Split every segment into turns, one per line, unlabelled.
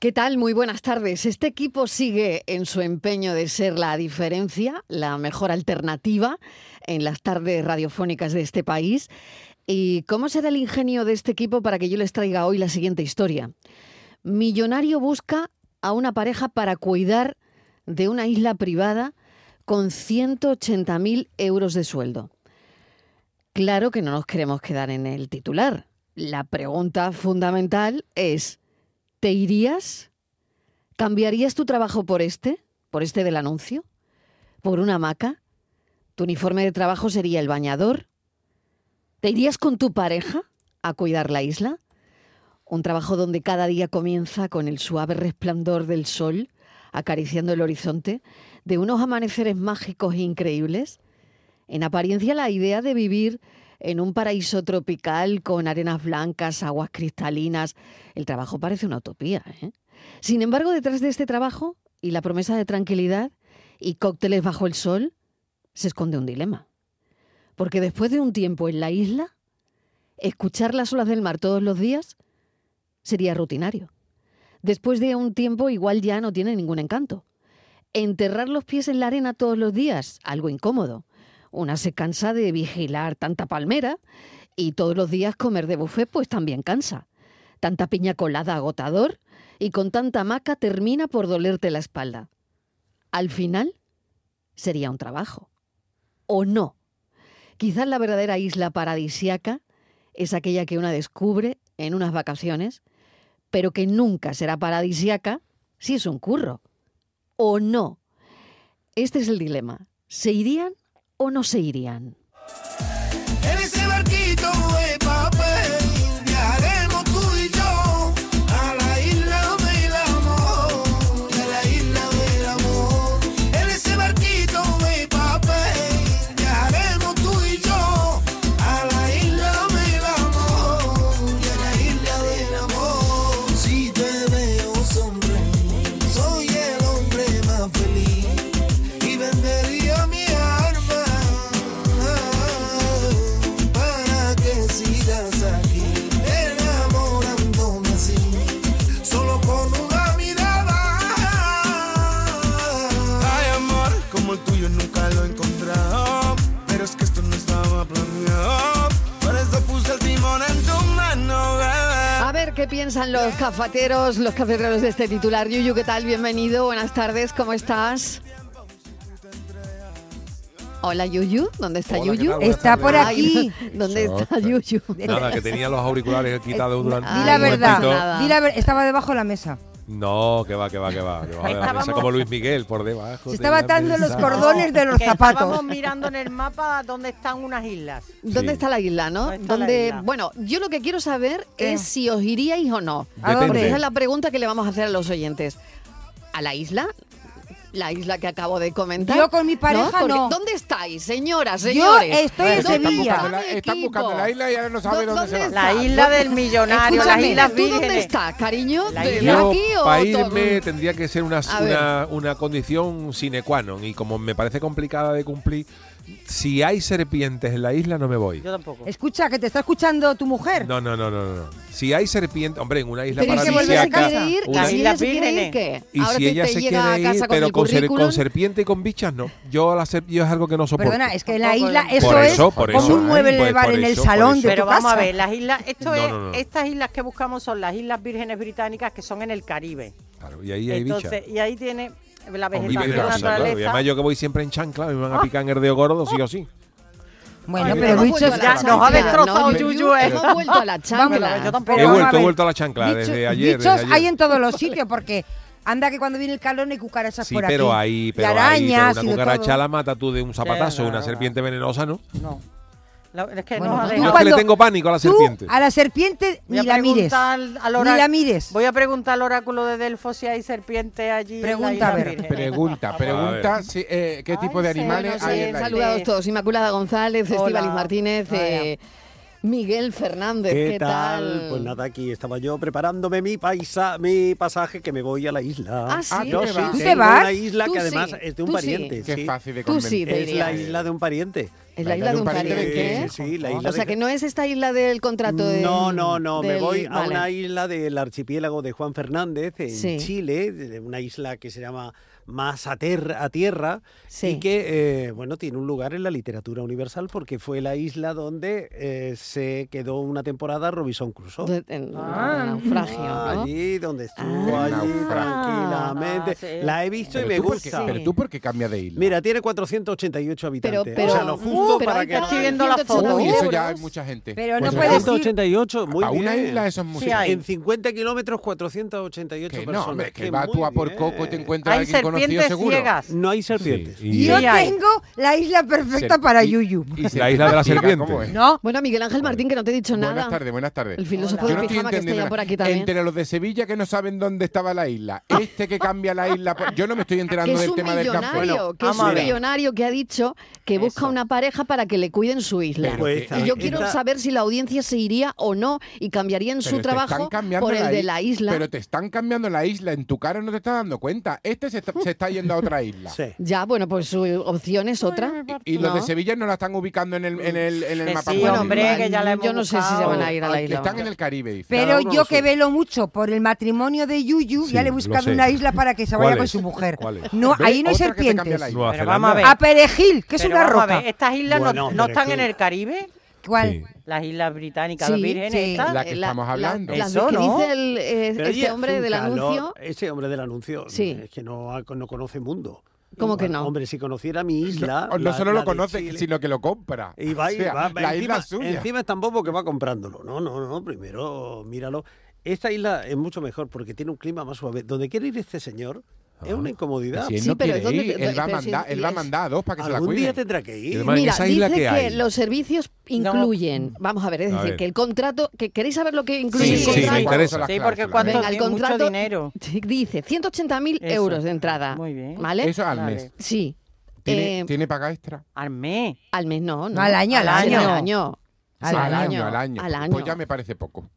¿Qué tal? Muy buenas tardes. Este equipo sigue en su empeño de ser la diferencia, la mejor alternativa en las tardes radiofónicas de este país. ¿Y cómo será el ingenio de este equipo para que yo les traiga hoy la siguiente historia? Millonario busca a una pareja para cuidar de una isla privada con 180.000 euros de sueldo. Claro que no nos queremos quedar en el titular. La pregunta fundamental es, ¿te irías? ¿Cambiarías tu trabajo por este? ¿Por este del anuncio? ¿Por una hamaca? ¿Tu uniforme de trabajo sería el bañador? ¿Te irías con tu pareja a cuidar la isla? Un trabajo donde cada día comienza con el suave resplandor del sol, acariciando el horizonte, de unos amaneceres mágicos e increíbles. En apariencia, la idea de vivir en un paraíso tropical con arenas blancas, aguas cristalinas, el trabajo parece una utopía. ¿eh? Sin embargo, detrás de este trabajo y la promesa de tranquilidad y cócteles bajo el sol, se esconde un dilema. Porque después de un tiempo en la isla, escuchar las olas del mar todos los días sería rutinario. Después de un tiempo igual ya no tiene ningún encanto. Enterrar los pies en la arena todos los días, algo incómodo. Una se cansa de vigilar tanta palmera y todos los días comer de buffet pues también cansa. Tanta piña colada agotador y con tanta maca termina por dolerte la espalda. Al final sería un trabajo. ¿O no? Quizás la verdadera isla paradisiaca es aquella que una descubre en unas vacaciones, pero que nunca será paradisiaca si es un curro. ¿O no? Este es el dilema. ¿Se irían o no se irían.
En ese barquito de papel viajaremos tú y yo a la isla del amor, a la isla del amor. En ese barquito de papel viajaremos tú y yo a la isla del amor, a la isla del amor. Si te veo sonreír, soy el hombre más feliz y vendería mi alma para que sigas aquí enamorándome así solo con una mirada
Ay, amor, como el tuyo nunca lo he encontrado. Pero es que esto no estaba planeado. Por eso puse el timón en tu mano, bebé.
A ver qué piensan los cafeteros, los cafeteros de este titular. Yuyu, ¿qué tal? Bienvenido, buenas tardes, ¿cómo estás? Hola Yuyu, ¿dónde está
Hola, ¿qué
Yuyu?
tal? Buenas Está tardes. por
Ay,
aquí.
¿Dónde está Yuyu?
Nada, que tenía los auriculares quitados durante
Di la
un momentito.
verdad, di la ver- estaba debajo de la mesa.
No, que va, que va, que va. Que va de la mesa
Estábamos-
como Luis Miguel por debajo.
Se estaba atando
dando
los cordones de los
que
zapatos.
Estábamos mirando en el mapa dónde están unas islas.
¿Dónde está la isla, no?
está la
¿Dónde-
isla?
Bueno, yo lo que quiero saber es si os iríais o no.
¿A dónde?
Porque esa es la pregunta que le vamos a hacer a los oyentes. ¿A la isla? La isla que acabo de comentar.
Yo con mi pareja
Porque-
no.
¿Dónde estáis, señoras,
Yo
señores?
estoy en
¿Dónde
Sevilla.
está mi
Están
equipo?
Están buscando la isla y ahora no saben
¿Dó-
dónde, se va.
La isla del millonario, las
Escúchame,
islas
¿Tú dónde
vírgenes.
estás, cariño?
La
¿De
Yo,
aquí o
para
to-
irme, tendría que ser una,
A
una, una condición sine qua non. Y como me parece complicada de cumplir, si hay serpientes en la isla, no me voy.
Yo tampoco.
Escucha, que te está escuchando tu mujer.
No, no, no, no, no, no. Si hay serpientes, hombre, en una isla
Tienes que volver a
paradisíaca,
casa.
ir?
una-
¿Si
isla
ella se quiere
vírgenes.
ir, qué?
Y
Ahora
si
te-
ella
te
se
llega
quiere
a
ir,
casa
pero
con
con,
el
ser- con
currículum.
serpiente y con bichas no. Yo, la ser- yo es algo que no soporto.
Perdona, es que en la
Tampoco
isla
lo-
eso,
Por
es
eso, por
como
eso,
un
¿eh?
mueble
Pues
de bar
por
en el
eso, por
salón de
eso.
tu
Pero vamos a
casa.
ver, las islas, esto
No,
es,
no, no.
estas islas que buscamos son las islas vírgenes británicas que son en el Caribe.
Claro, y ahí hay bichas.
Entonces, y ahí tiene la
Con
vegetación
bichas, claro,
naturaleza.
Y además yo que voy siempre en chancla, me van a picar en el dedo gordo, sí o sí.
Bueno,
Ay,
pero
hemos
lo dicho
vuelto
es-
a la
ya
chancla,
nos ha destrozado
¿no?
Yuyu, ¿eh?
Hemos vuelto a la
Vamos,
yo
chancla.
tampoco.
He
vamos
vuelto,
a
he
ver.
vuelto a la chancla desde ayer.
bichos
desde ayer.
hay en todos los sitios porque anda que cuando viene el calor no hay cucarachas
Sí,
por aquí.
pero ahí,
Y
pero ahí, pero
arañas
una
y de
cucaracha
todo.
la mata tú de un zapatazo,
no,
una
no,
serpiente venenosa, ¿no?
No. La- es que
Bueno,
nos ha dejado.
tú
Yo es que le
cuando-
tengo pánico a la
Tú
serpiente.
a la serpiente
Voy a
ni la mires.
preguntar al
Ni la mires.
Voy a preguntar al oráculo de Delfos si hay serpiente allí. en la
Pregunta,
isla
a ver.
virgen.
Pregunta,
A
pregunta si, eh, qué
Ay,
tipo de
sí,
animales
Bueno,
hay
sí,
en la isla.
saludados todos. Inmaculada González,
Hola.
Estíbaliz Martínez, eh, Miguel Fernández. ¿Qué, tal?
Pues nada, aquí estaba yo preparándome mi paisa, mi pasaje que me voy a la isla.
Ah, sí.
Ah,
Yo
¿tú
sí
te vas?
¿Tú te
tengo
vas?
una isla
Tú
que además
sí,
es de un
tú sí.
pariente.
Qué
sí.
fácil de
Tú sí,
convencer.
te
Es
diría.
la isla de un pariente.
¿Es la, isla de Oh, pues un pariente?
Sí, sí, la isla
o sea,
de-
que no es esta isla del contrato de...
No, no, no, me
del-
voy a
vale.
una isla del archipiélago de Juan Fernández, en
Sí.
Chile, de una isla que se llama Más a, Ter- a Tierra,
Sí.
y que, eh, bueno, tiene un lugar en la literatura universal porque fue la isla donde eh, se quedó una temporada Robinson Crusoe.
De- en-
Ah.
en naufragio, ¿no?
Allí donde estuvo,
Ah.
allí tranquilamente.
Ah, sí.
La he visto y me
tú por qué-
gusta.
pero tú por qué cambia de isla.
Mira, tiene 488 habitantes.
Pero, pero,
o sea, lo justo
pero
para
hay
que...
tantos
Estoy viendo la foto.
Uy,
180
eso ya hay
euros.
mucha gente.
Pero no puedes ir.
488, muy
a una
bien.
isla eso es mucha
Sí, hay.
En 50 kilómetros, 488
Que no,
personas.
hombre, que
Qué
va tú
muy
a por
bien.
coco y te encuentras a
Hay
alguien conocido
serpientes
seguro.
ciegas.
No hay serpientes.
Sí, y-
Yo
Sí hay.
tengo la isla perfecta
Ser-
para
y-
Yuyu.
y se-
La isla de la
Mira
serpiente.
cómo es.
¿No?
Bueno, Miguel Ángel Martín, que no te he dicho
Buenas
nada.
tardes, buenas tardes.
El filósofo
Hola.
Yo
de
no estoy
pijama que está
entendiendo
ya por
nada.
aquí también. Ah.
Entre los de Sevilla que no saben dónde estaba la isla, este que cambia la isla, por- yo no me estoy
que
enterando
es
del
un
tema del café.
millonario, que es
vamos
un
a ver.
millonario que ha dicho que busca una pareja para que le cuiden su isla.
Pero
Pues
que-
esta-
y yo quiero
esta-
saber si la audiencia se iría o no y cambiarían
pero
su
te
trabajo
están cambiando
por el de
is-
la isla.
Pero te están cambiando la isla, en tu cara no te estás dando cuenta. Este se está, se está yendo a otra isla.
Sí.
Ya, bueno, pues su opción es otra.
Y, y los de
No.
Sevilla no la están ubicando en el, en el, en el
Que
mapa.
sí,
mundial.
hombre, que ya la hemos
Yo no sé si se
buscado.
van a ir a la
Ay, que
isla.
Están en el Caribe, dice.
Pero
uno
yo
lo
que
suyo.
velo mucho por el matrimonio de Yuyu,
Sí,
ya le he
lo
buscado
sé.
una isla para que se vaya
¿Cuál
con
es?
su mujer.
¿Cuál es?
No,
Ve,
ahí no hay
otra que te cambia
serpientes.
la isla.
Nueva
Pero
Zelanda.
vamos a ver.
A Perejil, que es
Pero
una
vamos a ver,
roca.
¿Estas islas no-
Bueno,
no,
pero
están
que-
en el Caribe?
¿Cuál?
Sí.
Las islas británicas
Sí,
vírgenes
sí.
estas. eh,
La que estamos hablando.
las
Eso,
que
¿no?
dice el, eh,
Pero
este
ella-
hombre
un
del
calor-
anuncio.
Ese hombre del anuncio eh,
Sí.
es que no, ha- no conoce mundo.
¿Cómo que no?
Hombre, si conociera mi
No,
isla.
no
la-
solo
la
lo
de
conoce,
Chile-
sino que lo compra.
Y va,
O
y
sea,
va- va-
la
encima,
isla es suya.
encima es tan bobo que va comprándolo. No, no, no, primero míralo. Esta isla es mucho mejor porque tiene un clima más suave. Donde quiere ir este señor es una incomodidad.
Ah. Si él
Sí,
no
pero
quiere
¿dónde
ir,
te-
él va, a
pero si
mandar,
es-
él va a mandar a dos para que se la
Algún
cuiden.
día tendrá que ir.
Además, en
Mira,
esa
dice
isla que
que,
hay.
los servicios incluyen, vamos a ver, es
A
decir,
ver.
que el contrato, que ¿queréis saber lo que incluye
Sí,
el
sí,
contrato?
me interesa.
Sí,
Las
porque
cláusulas.
cuánto
Venga, el
mucho
contrato
dinero.
dice 180.000
Eso.
euros de entrada.
Muy bien.
¿Vale?
Eso al
Vale.
mes.
Sí.
¿Tiene,
Eh,
¿Tiene paga extra?
Al mes.
Al mes no, no.
Al año, al
Sí,
año.
Al año. Sí,
al año, al año.
Al año.
Pues ya me parece poco.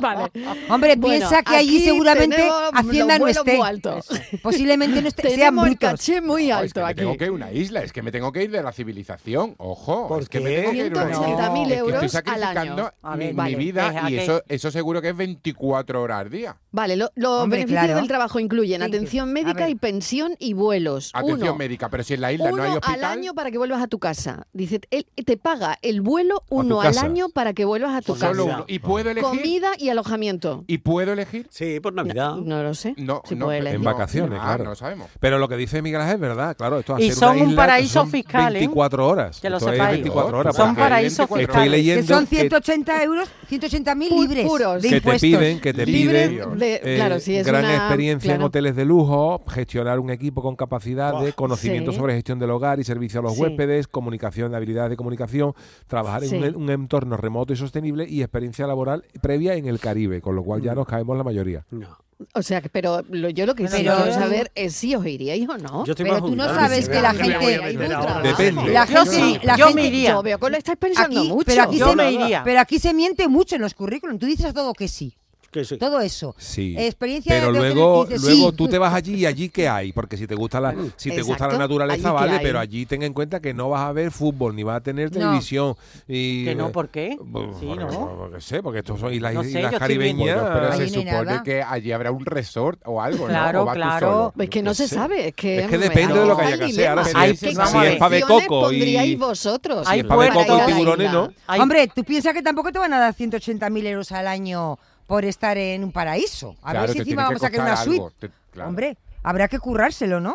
Vale.
Hombre,
Bueno,
piensa que allí
aquí
seguramente
tenemos
Hacienda
los
no
vuelos
esté.
muy altos.
Posiblemente no esté, sean
Tenemos el
brutos.
caché muy
Ojo, es
alto
que me
aquí.
tengo que ir a una isla, es que me tengo que ir de la civilización. Ojo,
¿Por
es que
qué?
me tengo que ir a una isla.
180.000
Es que estoy
euros al año.
sacrificando
A
mi,
ver,
mi
vale,
vida
deja
y
que-
eso, eso seguro que es 24 horas al día.
Vale, lo- los
Hombre,
beneficios
claro.
del trabajo incluyen
Sí,
atención
a
médica
ver.
y pensión y vuelos.
Atención
uno,
médica, pero si en la isla no
uno
hay hospital.
al año para que vuelvas a tu casa. Dice, él te paga el vuelo
tu
uno al
casa.
año para que vuelvas a tu
Solo
Solo
casa.
uno. ¿Y puedo elegir?
Comida y alojamiento.
¿Y puedo elegir?
Sí, por Navidad.
No lo sé.
No,
si
no,
puede
pero-
elegir.
En vacaciones,
Ah,
claro.
No lo sabemos.
Pero lo que dice Miguel Ángel es verdad, claro. Esto
Y
hacer
son
una
un
isla,
paraíso
son
fiscal, ¿eh?
24 horas.
Que lo
Esto es
sepáis.
24 horas.
Son
porque
paraísos
Estoy
fiscales.
Que
leyendo
son
que,
180 euros, 180 mil
Pu-
libres
puros.
de
que te
impuestos.
piden, que te
Libre
piden
de-
eh,
claro, sí, es
gran
una-
experiencia
claro.
en hoteles de lujo, gestionar un equipo con capacidad de conocimiento
Sí.
sobre gestión del hogar y servicio a los
Sí.
huéspedes, comunicación, habilidades de comunicación, trabajar
Sí.
en un, un entorno remoto y sostenible y experiencia laboral previa en el Caribe, con lo cual
Mm.
ya nos caemos la mayoría.
No.
O sea, que- pero lo- yo lo que sí
Pero-
quiero saber es si os iríais o no.
Yo estoy
Pero
más
tú no
jubilado.
sabes que la
Pero
gente-
hay algún
Depende.
trabajo.
Depende.
La
Yo
gente,
sí,
la
yo
gente-
me iría.
Yo veo que lo estáis pensando
Aquí-
mucho.
pero aquí
Yo
se,
me iría.
pero aquí se miente mucho en los currículums. Tú dices a todo que sí.
Que sí.
Todo eso.
Sí.
Experiencia
Pero
de hoteles
luego,
que dices,
luego
sí.
tú te vas allí y allí qué hay, porque si te gusta la, si te gusta la
Exacto,
naturaleza,
allí qué
vale,
hay.
pero allí ten en cuenta que no vas a ver fútbol, ni vas a tener
No.
televisión. Y,
Que no, ¿por qué?
Bueno,
Sí,
bueno,
¿no?
porque sé, porque estos son islas,
No sé,
islas
yo estoy viendo.
caribeñas.
Bueno, pero
Ahí
se
ni
supone
nada.
que allí habrá un resort o algo, ¿no?
Claro,
O vas tú
claro.
solo.
Es que no se sabe, es que...
Es que depende de lo que haya que hacer. Ahora, si
Hay-
es, si
vamos a
es
ver.
pa' de
opciones
coco y,
pondríais vosotros?
Hay
si es pa' de
para
coco
ir
y
a la
tiburones,
isla?
¿no?
Hay-
Hombre, tú piensas que tampoco te van a dar 180 mil euros al año por estar en un paraíso. A
Claro,
ver si
te
encima
tiene que
vamos a sacar una
costar
suite.
algo, te- claro.
Hombre, habrá que currárselo, ¿no?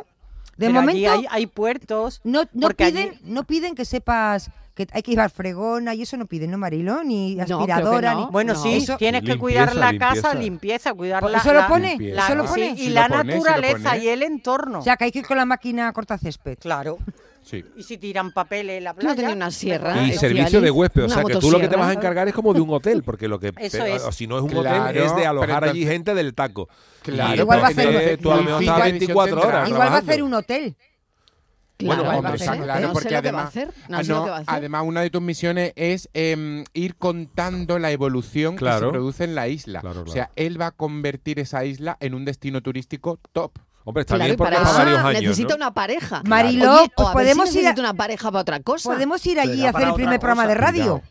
De
Pero allí
momento
hay, hay puertos.
no, no
porque allí-
piden, no piden que sepas que hay que llevar fregona y eso no piden, ¿no, Marilo? Ni
No, creo que
aspiradora,
no.
ni...
Bueno, sí,
Eso-
tienes que
Limpieza,
cuidar la casa,
limpieza.
limpieza, cuidar la
¿Eso lo
la-
pone?
limpieza.
¿Eso Ah, lo
sí,
pone?
Si
y
lo
la
pone, si lo
naturaleza
pone. ¿eh?
y el entorno.
O sea, que hay que ir con la máquina corta césped.
claro.
Sí.
Y si tiran papeles en la
Tú
playa.
no tenías una
Ah,
sierra.
y
Estivaliz,
servicio de huésped. O
una
sea, que tú lo que te
motosierra.
vas a encargar es como de un hotel, porque lo que.
Eso
pero,
es.
o Si no es un hotel,
Claro,
es de alojar
pero
allí
entonces-
gente del taco.
Claro,
Y
Igual va a
entonces
ser-
tú a lo mejor
Wi-Fi
estás
edición
24 horas.
tendrá.
Igual va a
trabajando.
hacer un hotel.
Claro,
bueno,
no
hombre,
sé,
está
no
claro,
sé
porque
lo que va a
además,
hacer, no
ah,
sé lo
no,
que va a hacer.
además una de tus misiones es em, ir contando la evolución que
Claro.
se produce en la isla.
Claro,
O sea, él va a convertir esa isla en un destino turístico top.
Hombre, está
Claro,
bien
y
porque
para
es para
eso
varios años.
necesita
¿no?
una pareja.
Mariló,
Oye, o
pues
a ver si
podemos ir a-
necesita una pareja para otra cosa.
Podemos ir allí
Será
a hacer
para
el
otra
primer programa de
cosa,
radio.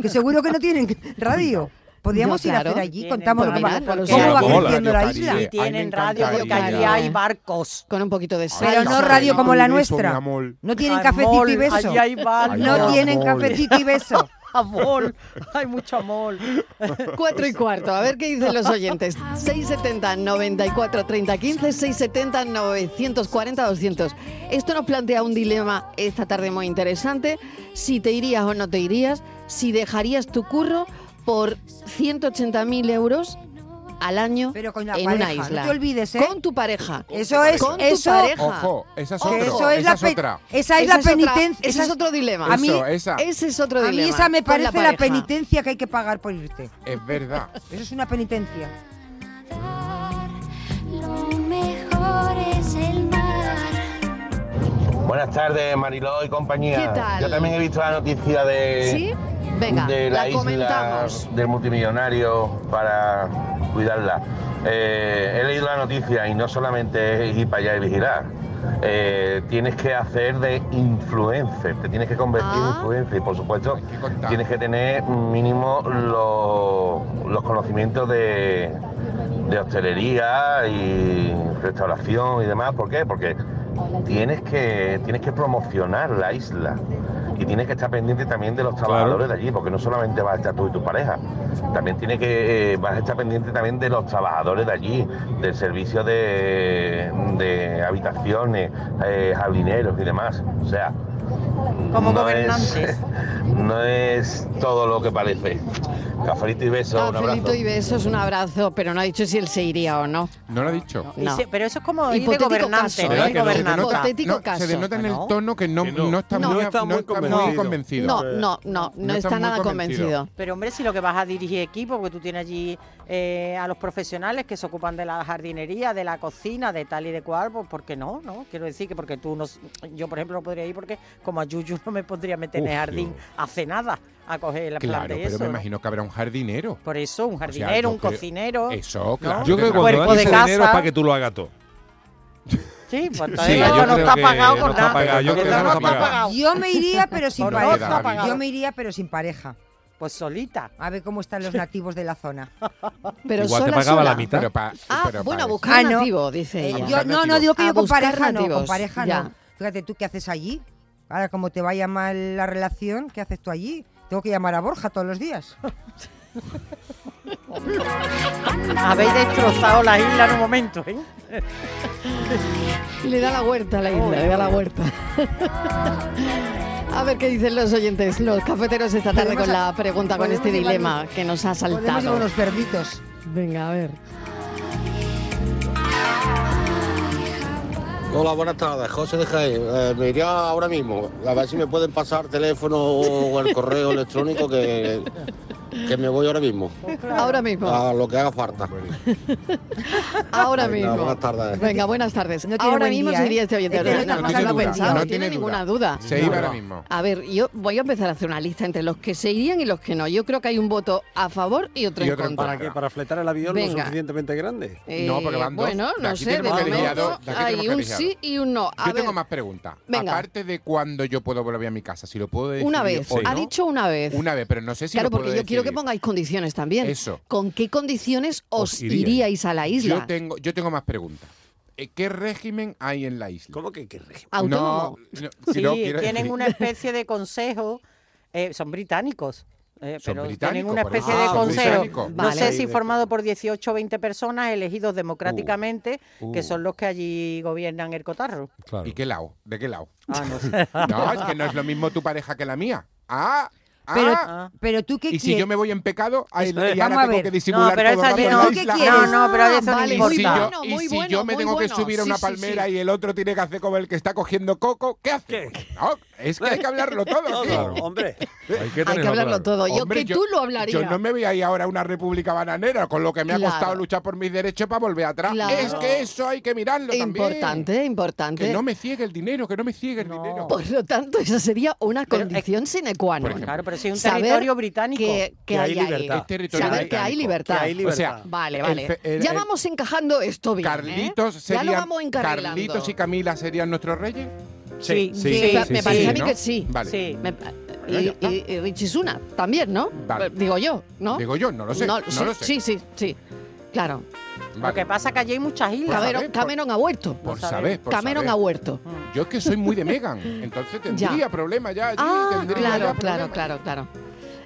Que seguro que no tienen radio. Podríamos
No,
ir a hacer
claro.
allí,
Tienen
contamos
radio,
cómo va-
claro,
cómo va
sí.
creciendo la
Radio
isla.
Caribe.
Y
Ay, me
tienen radio porque
encantaría.
allí hay barcos.
Con un poquito de sal.
Pero
y
no
sal,
radio como la
Ay, beso, mi
nuestra.
amor.
No tienen
Amor,
cafecito y beso.
Allí hay barcos.
No
Amor.
tienen cafecito y beso.
Amor, hay mucho amor.
Cuatro y cuarto, a ver qué dicen los oyentes. 670 94 30 15, 670 940 200. Esto nos plantea un dilema esta tarde muy interesante. Si te irías o no te irías, si dejarías tu curro por 180.000 euros al año
Pero con la
en
pareja,
una
no
isla.
te olvides, ¿eh?
Con tu pareja.
Eso es,
Con tu
eso,
pareja.
Ojo, esa es
Ojo.
otra.
que eso es
esa
la
es
pe-
otra.
Esa es
Esa
la
es otra-
penitencia.
ese es otro dilema.
A mí,
Eso, esa.
Ese es otro
a mí
dilema.
esa me
con
parece la
pareja.
penitencia que hay que pagar por irte.
Es verdad.
Eso es una penitencia.
Lo mejor es el mar.
Buenas tardes, Mariló y compañía.
¿Qué tal?
Yo también he visto la noticia de,
¿Sí? Venga,
de la,
la,
isla
comentamos.
del multimillonario para cuidarla. Eh, he leído la noticia y no solamente es ir para allá y vigilar. Eh, tienes que hacer de influencer, te tienes que convertir
Ah.
en influencer y por supuesto
Hay que contar.
tienes que tener mínimo los, los conocimientos de, de hostelería y restauración y demás. ¿Por qué? Porque tienes que, tienes que promocionar la isla y tienes que estar pendiente también de los trabajadores de allí, porque no solamente vas a estar tú y tu pareja, también tienes que, eh, vas a estar pendiente también de los trabajadores de allí, del servicio de, de habitaciones, eh, jardineros y demás. O sea,
Como
Es,
gobernantes.
no es todo lo que parece. Cafelito y beso, un abrazo.
Felito y besos, un abrazo, pero no ha dicho si él se iría o no.
No lo ha dicho.
No.
Dice, pero eso es como ir de
Hipotético
gobernante,
caso,
no
¿verdad
de
que no?
Se denota-
gobernante.
Hipotético
no,
caso. Ah,
Se denota en el
No.
tono que no,
Que no.
no está
No.
muy,
No
está
no
muy
está muy
convencido.
convencido.
No, no, no, no,
No
está,
está muy
nada convencido.
Pero hombre, si lo que vas a dirigir equipo, porque tú tienes allí eh, a los profesionales que se ocupan de la jardinería, de la cocina, de tal y de cual, pues ¿por qué no? no? Quiero decir que porque tú no... s- Yo, por ejemplo, no podría ir porque como a Yuyu no me podría meter en el
Uf,
jardín
Dios.
hace nada a coger la
Claro,
planta y
pero
eso.
me
¿no?
imagino que habrá un jardinero.
Por eso, un
O sea,
jardinero,
yo
un
creo-
cocinero.
Eso, claro.
Yo creo que cuando
Cuerpo
dan
de
ese
casa.
dinero es para que tú lo hagas todo.
Sí, pues
Sí,
entonces
yo
no, no
creo
está
que
pagado
no
con
está
nada.
pagado, yo
Porque
creo
no
que no está
está pagado.
Yo me iría, pero sin
Con
pareja.
David.
Yo me iría, pero sin pareja.
Pues solita.
A ver cómo están los nativos de la zona.
Pero
Igual te
sola,
pagaba
sola.
la mitad.
Pero pa-
Ah,
pero
bueno, a
parece-
buscar
Ah, no.
nativo, dice
Eh,
ella.
yo, no, no, digo que
A
yo con
buscar
pareja no,
nativos,
con pareja
ya.
no. Fíjate tú qué haces allí. Ahora, como te vaya mal la relación, ¿qué haces tú allí? Tengo que llamar a Borja todos los días.
Habéis destrozado la isla en un momento, ¿eh?
Le da la vuelta a la isla, le da la vuelta. A ver qué dicen los oyentes, los cafeteros esta tarde
Podemos
con
a-
la pregunta, con
podemos
este
llevar-
dilema que nos ha
Podemos llevar
saltado.
unos perditos.
Venga, a ver.
Hola, buenas tardes. José de Jaén. Eh, me iría ahora mismo. A ver si me pueden pasar teléfono o el correo electrónico que, que me voy ahora mismo.
Ahora mismo,
Ah,
A lo que haga falta.
ahora
Venga,
mismo.
buenas tardes.
Venga, buenas tardes.
No tiene
ahora
buen
mismo
día,
se
¿eh?
iría este oyente.
Este
¿verdad?
no está
No,
pasando
no lo ha
duda.
pensado,
No
no
tiene
tiene ninguna duda.
duda. Se iba ahora mismo.
A ver, yo voy a empezar a hacer una lista entre los que se irían y los que no. Yo creo que hay un voto a favor y otro,
Y otro en
en contra.
contra.
¿Para qué? ¿Para fletar el avión lo
Venga.
suficientemente grande?
Eh,
No, porque van dos.
Bueno,
De
no
aquí
sé, de
tenemos
que elegir a
momento
dos, de aquí
hay
tenemos que
un
elegir a
sí
dos.
y un no. A
Yo
ver,
tengo más preguntas.
Venga.
Aparte de cuándo yo puedo volver a mi casa, si lo puedo decir.
una vez. Ha dicho una vez.
Una vez, pero no sé si
claro,
lo puedo
porque yo quiero que
decidir.
pongáis condiciones también.
Eso.
¿Con qué condiciones os,
Os iríais.
iríais a la
Yo
isla?
tengo, yo tengo más preguntas. Eh, ¿Qué régimen hay en la isla?
¿Cómo que qué régimen?
Autónomo.
No, no,
Sí,
no quiero
tienen
decir-
una especie de consejo, eh, son británicos. eh,
Son
pero tienen
británicos,
una
por eso.
especie
Ah,
de
son
consejo,
británicos.
no
Vale.
sé si formado por 18 o 20 personas elegidos democráticamente,
Uh,
que
uh.
son los que allí gobiernan el cotarro.
Claro.
¿Y qué lado? ¿De qué lado?
Ah, no sé.
No, es que no es lo mismo tu pareja que la mía. Ah, ah.
Pero, pero tú qué
y
quieres.
si yo me voy en pecado, ahí, y
Eso
eh,
ahora
es. Vamos a
tengo
ver.
que
No,
disimular
pero
todo el
esa
rato en
no,
la
no,
¿qué
isla.
quieres?
no, no, pero eso no
Vale,
Y
muy
si
importa.
yo,
bueno,
y
muy
si
bueno,
yo me
muy
tengo
bueno.
que subir a una
Sí, sí, sí.
palmera y el otro tiene que hacer como el que está cogiendo coco, ¿qué hace? No, es que hay que hablarlo todo.
Todo,
tío.
Claro.
hombre.
Hay que,
Hay que
tenerlo
hablarlo
claro.
todo. Yo
Hombre,
que tú lo hablarías.
Yo no me voy a ir ahora a una república bananera, con lo que me ha
Claro.
costado luchar por mis derechos para volver atrás.
Claro.
Es que eso hay que mirarlo también.
Importante, importante.
Que no me ciegue el dinero, que no me ciegue el
No.
dinero.
Por lo tanto, esa sería una
Pero, eh,
condición sine qua
Por
non.
ejemplo.
Claro, pero si es un
saber
territorio británico.
Que, que hay, ahí.
Es territorio
saber que hay
británico.
libertad.
O sea,
vale,
el
vale.
fe- el-
ya
el-
vamos encajando esto bien. ¿eh?
Carlitos
Ya lo
serían-
vamos encarrilando.
Carlitos y Camila serían nuestros reyes.
Sí, me, me parece a mí
¿no?
que sí.
Vale.
Me-
ya
y,
está.
y- y Richie Sunak también, ¿no?
Vale.
Digo yo, ¿no?
Digo yo, no lo sé, no
sí,
lo sé.
Sí, sí, sí. Claro.
Vale.
Lo que pasa es que allí hay muchas islas.
Cameron, Cameron ha vuelto.
Por saber, por
Cameron
saber.
ha vuelto.
Yo es que soy muy de Megan, entonces tendría
Ya.
problemas ya allí.
Ah,
tendría ya
claro,
problemas.
claro, claro, claro.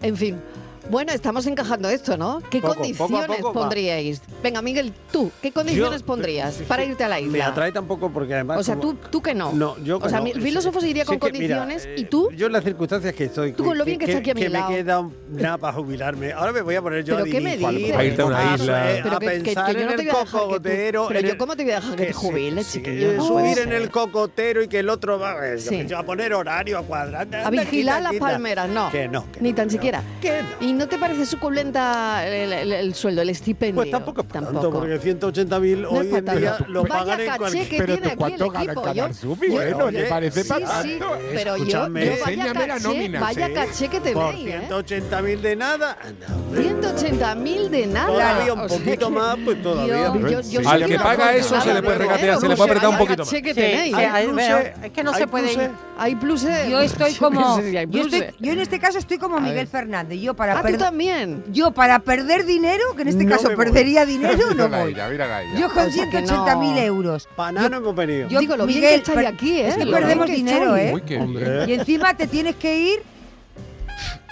En fin. Bueno, estamos encajando esto, ¿no? ¿Qué
Poco, poco a
condiciones
poco va.
pondríais? Venga, Miguel, tú, ¿qué condiciones
Yo-
pondrías para irte a la isla?
Me atrae tampoco porque además.
O sea,
como-
tú, tú que no.
No, yo
o sea,
no.
mi- el filósofo se iría
Sí
con
que, mira,
condiciones y
eh,
tú.
Yo en las circunstancias que estoy.
Tú con lo bien que está aquí a mi
que
lado.
me queda un- nada para jubilarme. Ahora me voy a poner yo
¿Pero
a
qué me
dirigir,
dices?
Para irte a una
a-
isla.
eh,
Pero
a
que- que- que
pensar
yo no te
en el
voy a dejar que tú-
cocotero.
pero
en
yo
el-
cómo te voy a dejar que te
sí,
jubiles,
sí,
chiquillo? No puede
subir en
ser.
el cocotero y que el otro va eh,
Sí.
yo a poner horario a cuadrar.
A vigilar las palmeras, no.
Que no. que
Ni
no,
tan
que no.
siquiera.
Que no.
¿Y no te parece suculenta el, el- el sueldo, el estipendio?
Pues tampoco es para tanto, porque 180.000
No
hoy
es para
en día
tanto.
lo
Vaya
pagan en
caché
cualquier...
que
Pero
tiene
tú,
aquí el
¿cuánto gana
equipo?
Canal
Yo-
Sur, Miguel?
yo-
No te parece
sí,
para
sí,
tanto.
pero yo,
Escúchame.
yo vaya
Enséñame la
caché,
nómina,
vaya
sí.
caché que te
Por
veis, ¿eh?
180.000 de nada, anda, hombre.
180.000 de nada.
Todavía un
O sea
poquito
que-
más, pues todavía.
Yo- yo- yo
Al
soy
que
una
paga
afortunada,
eso se le puede
pero,
regatear,
¿eh?
se le
O
puede
sea,
apretar un
vaya
poquito
caché
más.
que
Sí,
tenéis,
sí,
¿eh?
ahí veo-
pluses,
es que no
hay
se puede
pluses.
ir.
Hay pluses.
Yo estoy
qué
como-
sé si hay
Yo, estoy-
pluses.
yo en este caso estoy como
A
Miguel
ver.
Fernández. Yo para,
Ah, tú
perder-
también.
yo para perder dinero, que en este
No
caso
me voy.
perdería dinero, no
Mírala a
voy.
ella, mírala a ella.
Yo con
O sea Pues que
180.000
no.
euros.
Para nada no hemos venido.
Yo digo lo bien que
Miguel,
estáis
per-
aquí, ¿eh?
es que
Lo bien
perdemos dinero,
estáis.
¿eh?
Uy, qué
Hombre.
bien.
Y encima te tienes que ir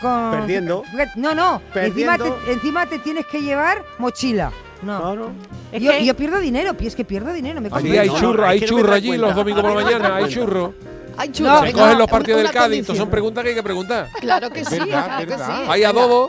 con...
Perdiendo.
Fíjate, No, no. Encima
Perdiendo.
te, encima te tienes que llevar mochila. No.
Claro.
Es
Yo,
que-
yo pierdo dinero, pi- es que pierdo dinero. Me
Allí
compro-
hay
no,
churro,
es
hay
que no
churro
me da
allí los
cuenta.
domingos por la
A mí no me da
mañana, hay
cuenta.
churro.
Ay,
No,
chulo,
Se
venga,
cogen los
una-
partidos del
una
Cádiz, esto
condición.
son preguntas que hay que preguntar.
Claro que sí,
Verdad,
claro que
verdad.
sí.
Hay adobo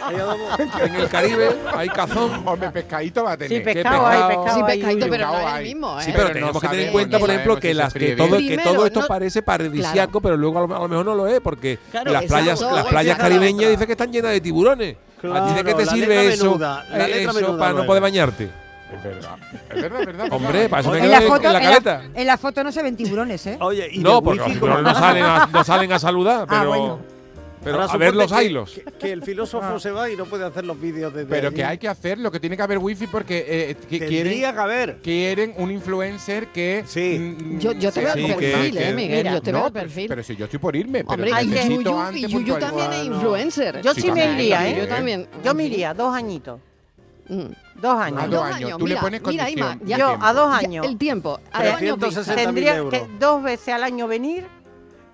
Ahí adobo.
en el Caribe, hay cazón.
Hombre, pescadito va a
Sí,
tener.
pescado.
pescado hay, pescado
Sí,
hay.
pescadito, pero no
Pescado
es el
hay.
mismo, ¿eh?
Sí,
Pero
Pero
tenemos
no
que tener en
sabemos,
cuenta,
no
por ejemplo,
sabemos
que,
si se
las, que,
fríe
todo,
bien.
que
Primero,
todo esto
no-
parece paradisiaco,
Claro.
pero luego a lo, a lo mejor no lo es, porque
Claro,
las
exacto,
playas, las
exacto,
playas
la
caribeñas
otra.
dicen que están llenas de tiburones. ¿A ti de qué
Claro,
te
la
sirve
letra
eso,
menuda, la
eh,
letra
eso
menuda,
para no
vale.
poder bañarte?
Es verdad. Es verdad, es verdad.
Hombre, para eso me
Oye,
en,
quedo
la
en,
foto,
en la
en la-
caleta.
en la foto no se ven tiburones, ¿eh?
Oye, y
No,
del
pues
wifi
no,
cómo
no, no
va?
salen a, no salen a saludar, pero,
Ah, bueno.
pero
Ahora
a ver
suponte
los
que-
hilos.
Que, que el filósofo se va y no puede hacer los vídeos desde
Pero
allí.
que hay que hacerlo, que tiene que haber wifi porque eh, que
Tendría
quieren,
que haber.
quieren un influencer que.
Sí.
mm,
Yo, yo te veo
sea
sí,
el
como
que-
perfil,
que-
¿eh, Miguel?
mira,
Yo te
no,
veo el
pero-
perfil.
Pero si yo estoy por irme, pero
Hombre, y
necesito
Yuyu,
antes
y Yuyu
puntualizar.
también es
Ah, no.
influencer.
Yo sí me
también,
iría,
también.
¿eh?
Yo también.
Yo me iría dos añitos.
Mm.
Dos
A
años.
dos años. Tú le
mira,
pones
mira, Ima,
condición.
ya-
Yo,
tiempo.
a dos
Ya,
años.
el tiempo. A dos años
360.
vista.
Tendría
60.000
que
euros.
dos veces al año venir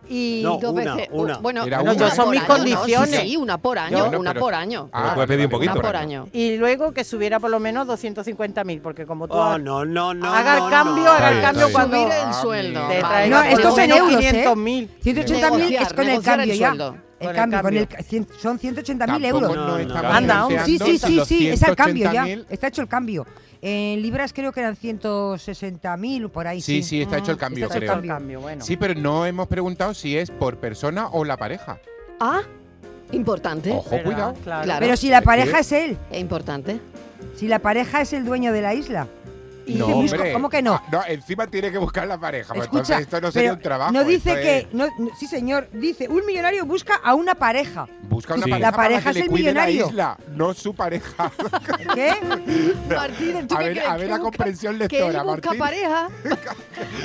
y
No,
Dos
una,
veces.
una.
Bueno,
Era
no,
una.
yo son
Por
mis
año, ¿no?
condiciones.
Sí,
Sí, una por año,
Bueno,
una
pero-
por año.
Ah, puedes pedir un poquito,
Una por
pero-
año.
y luego que subiera por lo menos 250 mil, porque como tú
Oh,
has-
no, no, no.
haga el
no,
cambio,
no.
haga
Está bien,
el cambio
está
cuando
Subir el
Ah,
sueldo.
te
mira.
Vale,
traiga
No,
vale.
por
esto
lo
es en
menos
euros, ¿eh?
500.000.
180.000 es
Negociar,
con el
negociar el
cambio ya.
sueldo.
El
Con el
cambio, con el
cambio.
ca- cien- son 180.000
Tampoco
euros.
no,
nos
no,
estamos
Anda, aún.
Sí, sí, sí, sí, es el cambio ya.
180.000.
Está hecho el cambio. En libras creo que eran 160.000 por ahí.
Sí, sí, está hecho el cambio,
Mm, Está hecho el
creo.
cambio.
bueno.
Sí, pero no hemos preguntado si es por persona o la pareja.
Ah, importante.
Ojo,
¿Verdad?
cuidado.
Claro.
Claro.
Pero si la
Es que-
pareja es él,
Es importante.
si la pareja es el dueño de la isla. Y
No,
dice, "Busco-
hombre.
¿Cómo que no?
Ah, No, encima tiene que buscar la pareja. pues
Escucha,
entonces esto no
pero
sería un trabajo.
no dice
esto
que,
es-
no- no- sí señor, dice un millonario busca a una pareja.
Busca una
Sí.
pareja.
La
para
pareja
que
es
le
el
cuide la
millonario.
isla, no su pareja.
¿Qué?
Martínez, ¿tú
a
qué
ver,
crees?
a ver
que
la
busca-
comprensión
Que él
lectora,
busca
Martín.
pareja.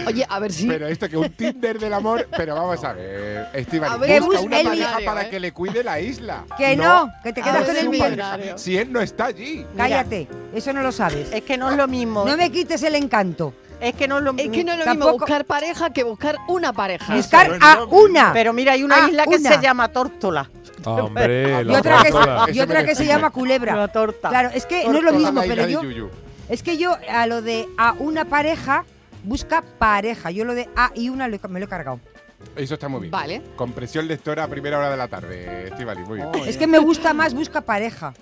Oye, a ver si.
Pero esto que un Tinder del amor. Pero vamos a ver, Estivali.
A ver,
busca
bus-
una
el
pareja
millonario,
para
¿eh?
que le cuide la isla.
Que no, que
Ah,
te
A
quedas
ver,
con
el
el millonario.
millonario.
Si él no está allí.
Mira.
Cállate, eso no lo sabes.
Es que no es lo mismo.
No me quites el encanto.
Es que no es lo
Es
mismo.
que no es lo mismo
Tampoco-
buscar pareja que buscar una pareja.
Buscar
Ah, bueno,
a
no,
una
Pero mira, hay una
Ah,
isla que
una.
se llama Tórtola.
Ah, Hombre,
y
la
otra que,
tortola.
se- y
Eso
otra que se
merece.
llama culebra.
Una torta.
Claro, es que no es lo
Toda
mismo,
la isla
pero
de
yo
Yuyu.
es que yo a lo de a una pareja busca pareja. Yo lo de a y una lo he- me lo he cargado.
Eso está muy bien.
Vale.
Compresión lectora a primera hora de la tarde, Estivali. Muy bien.
Oh,
Es que me gusta más busca pareja.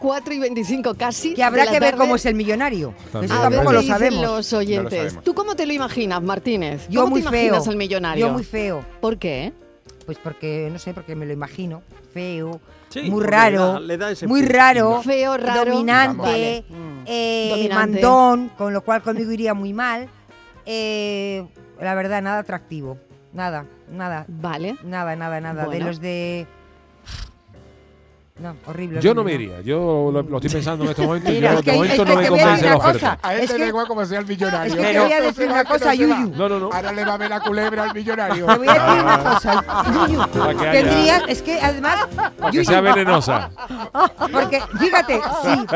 4 y 25 casi.
Que habrá
de la
que ver
tarde.
cómo es el millonario.
También,
Eso
A ver
tampoco
qué
lo
dicen
sabemos.
los oyentes.
No lo sabemos.
¿Tú cómo te lo imaginas, Martínez?
Yo
¿Cómo
muy
te
feo.
imaginas al millonario?
Yo muy feo.
¿Por qué?
Pues porque, no sé, porque me lo imagino. Feo,
Sí,
muy
porque
raro,
le da- le da ese
muy
punto.
raro,
Feo, raro.
dominante,
Vale. Mm.
eh,
Dominante.
mandón, con lo cual conmigo iría muy mal. Eh, la verdad, nada atractivo. Nada, nada.
Vale.
Nada, nada, nada. De
Bueno.
los de. No, horrible.
Yo no me
horrible,
iría, yo lo, lo estoy pensando en este momento y
Mira,
yo
es que
de
hay-
momento
es
no
que
me
te voy a
convence
decir
la
una
oferta.
cosa.
A
Es
este
que-
le da igual como sea el millonario.
Es que te voy a decir una cosa, Yuyu.
No, no, no.
Ahora le va a ver la culebra al millonario. Ah.
Te voy a decir una cosa, Yuyu.
Para que haya-
Tendrías, es que además.
Para que
Yuyu,
sea venenosa.
Porque, fíjate, sí.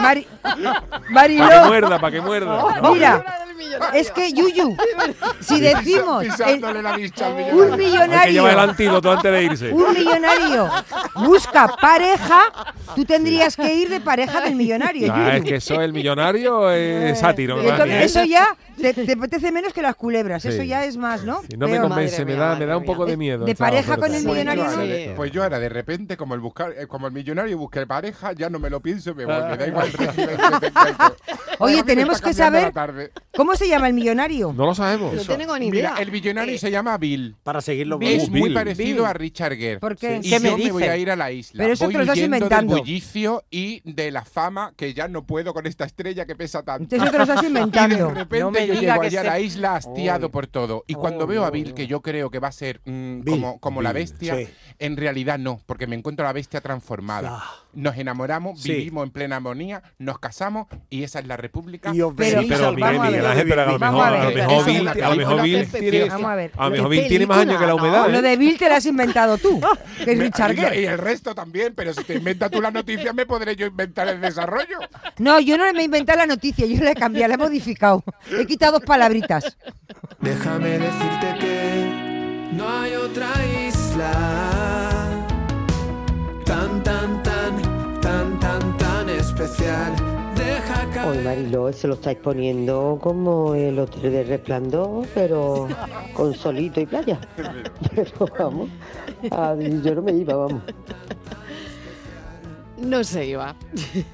Mari,
Para que
Mariló,
muerda, para que muerda. ¿no?
mira, es que Yuyu, si decimos el-
Pisándole la vista al
un
Hay
millonario.
que llevar el
millonario,
antídoto antes de irse.
un millonario busca pareja, tú tendrías que ir de pareja del millonario.
Ah, es
Yuyu.
que soy el millonario es sátiro.
Y entonces
¿no?
Eh, eso ya te, te apetece menos que las culebras, eso
Sí.
ya es más, ¿no?
Sí, no me
Peor.
convence,
Madre
me
mía,
da, me da
madre
un poco
mía.
de miedo.
De
esta
pareja
oferta.
con el millonario
Pues yo
no.
ahora- Pues yo ahora de repente como el buscar eh, como el millonario busque pareja ya no me lo pienso me voy me da igual el régimen que tenga.
Oye,
Además, me
tenemos
está
que
cambiando
saber
la tarde.
cómo se llama el millonario.
No lo sabemos.
No tengo ni idea.
Mira, el millonario
Eh,
se llama Bill.
Para seguirlo
Bill.
Es muy
Bill.
parecido a Richard Gere.
¿Por qué?
Y
¿Qué
yo
me
me, voy
dice?
a ir a la isla.
Pero eso
voy
te lo estás
huyendo
inventando.
del bullicio y de la fama que ya no puedo con esta estrella que pesa tanto.
Entonces te lo estás
Y de
inventando.
repente
No me
yo
diga
llego
que
allá a
se-
la isla hastiado
Uy.
por todo. Y cuando
Uy,
veo a
uy,
Bill,
uy.
que yo creo que va a ser mm,
Bill,
como, como la
Bill,
bestia,
sí.
en realidad no, porque me encuentro a la bestia transformada.
Ah.
Nos enamoramos,
Sí.
vivimos en plena armonía, nos casamos y esa es la república.
Y os
Sí,
Pero-
Sí, pero
vamos a
Miguel,
ver,
Miguel Ángel, pero a lo
vamos
mejor,
a
a lo
ver,
mejor
eso es
Bill,
la
a lo mejor
película.
Bill tiene,
Vamos a ver,
a lo
qué
mejor Bill tiene más años que la
película,
humedad.
Lo
¿eh?
de Bill te lo has inventado tú, que es
me-
Richard
y lo-
Gere.
y el resto también, pero si te inventas tú la noticia, me podré yo inventar el desarrollo.
No, yo no me he inventado la noticia, yo la he cambiado, la he modificado. He quitado dos palabritas.
Déjame decirte que no hay otra isla tan, tan, tan, tan, tan, tan especial. Deja
Hoy
caer.
Mariló se lo estáis poniendo como el hotel de resplandor, pero con solito y playa. Pero vamos, a- yo no me iba, vamos.
No se iba.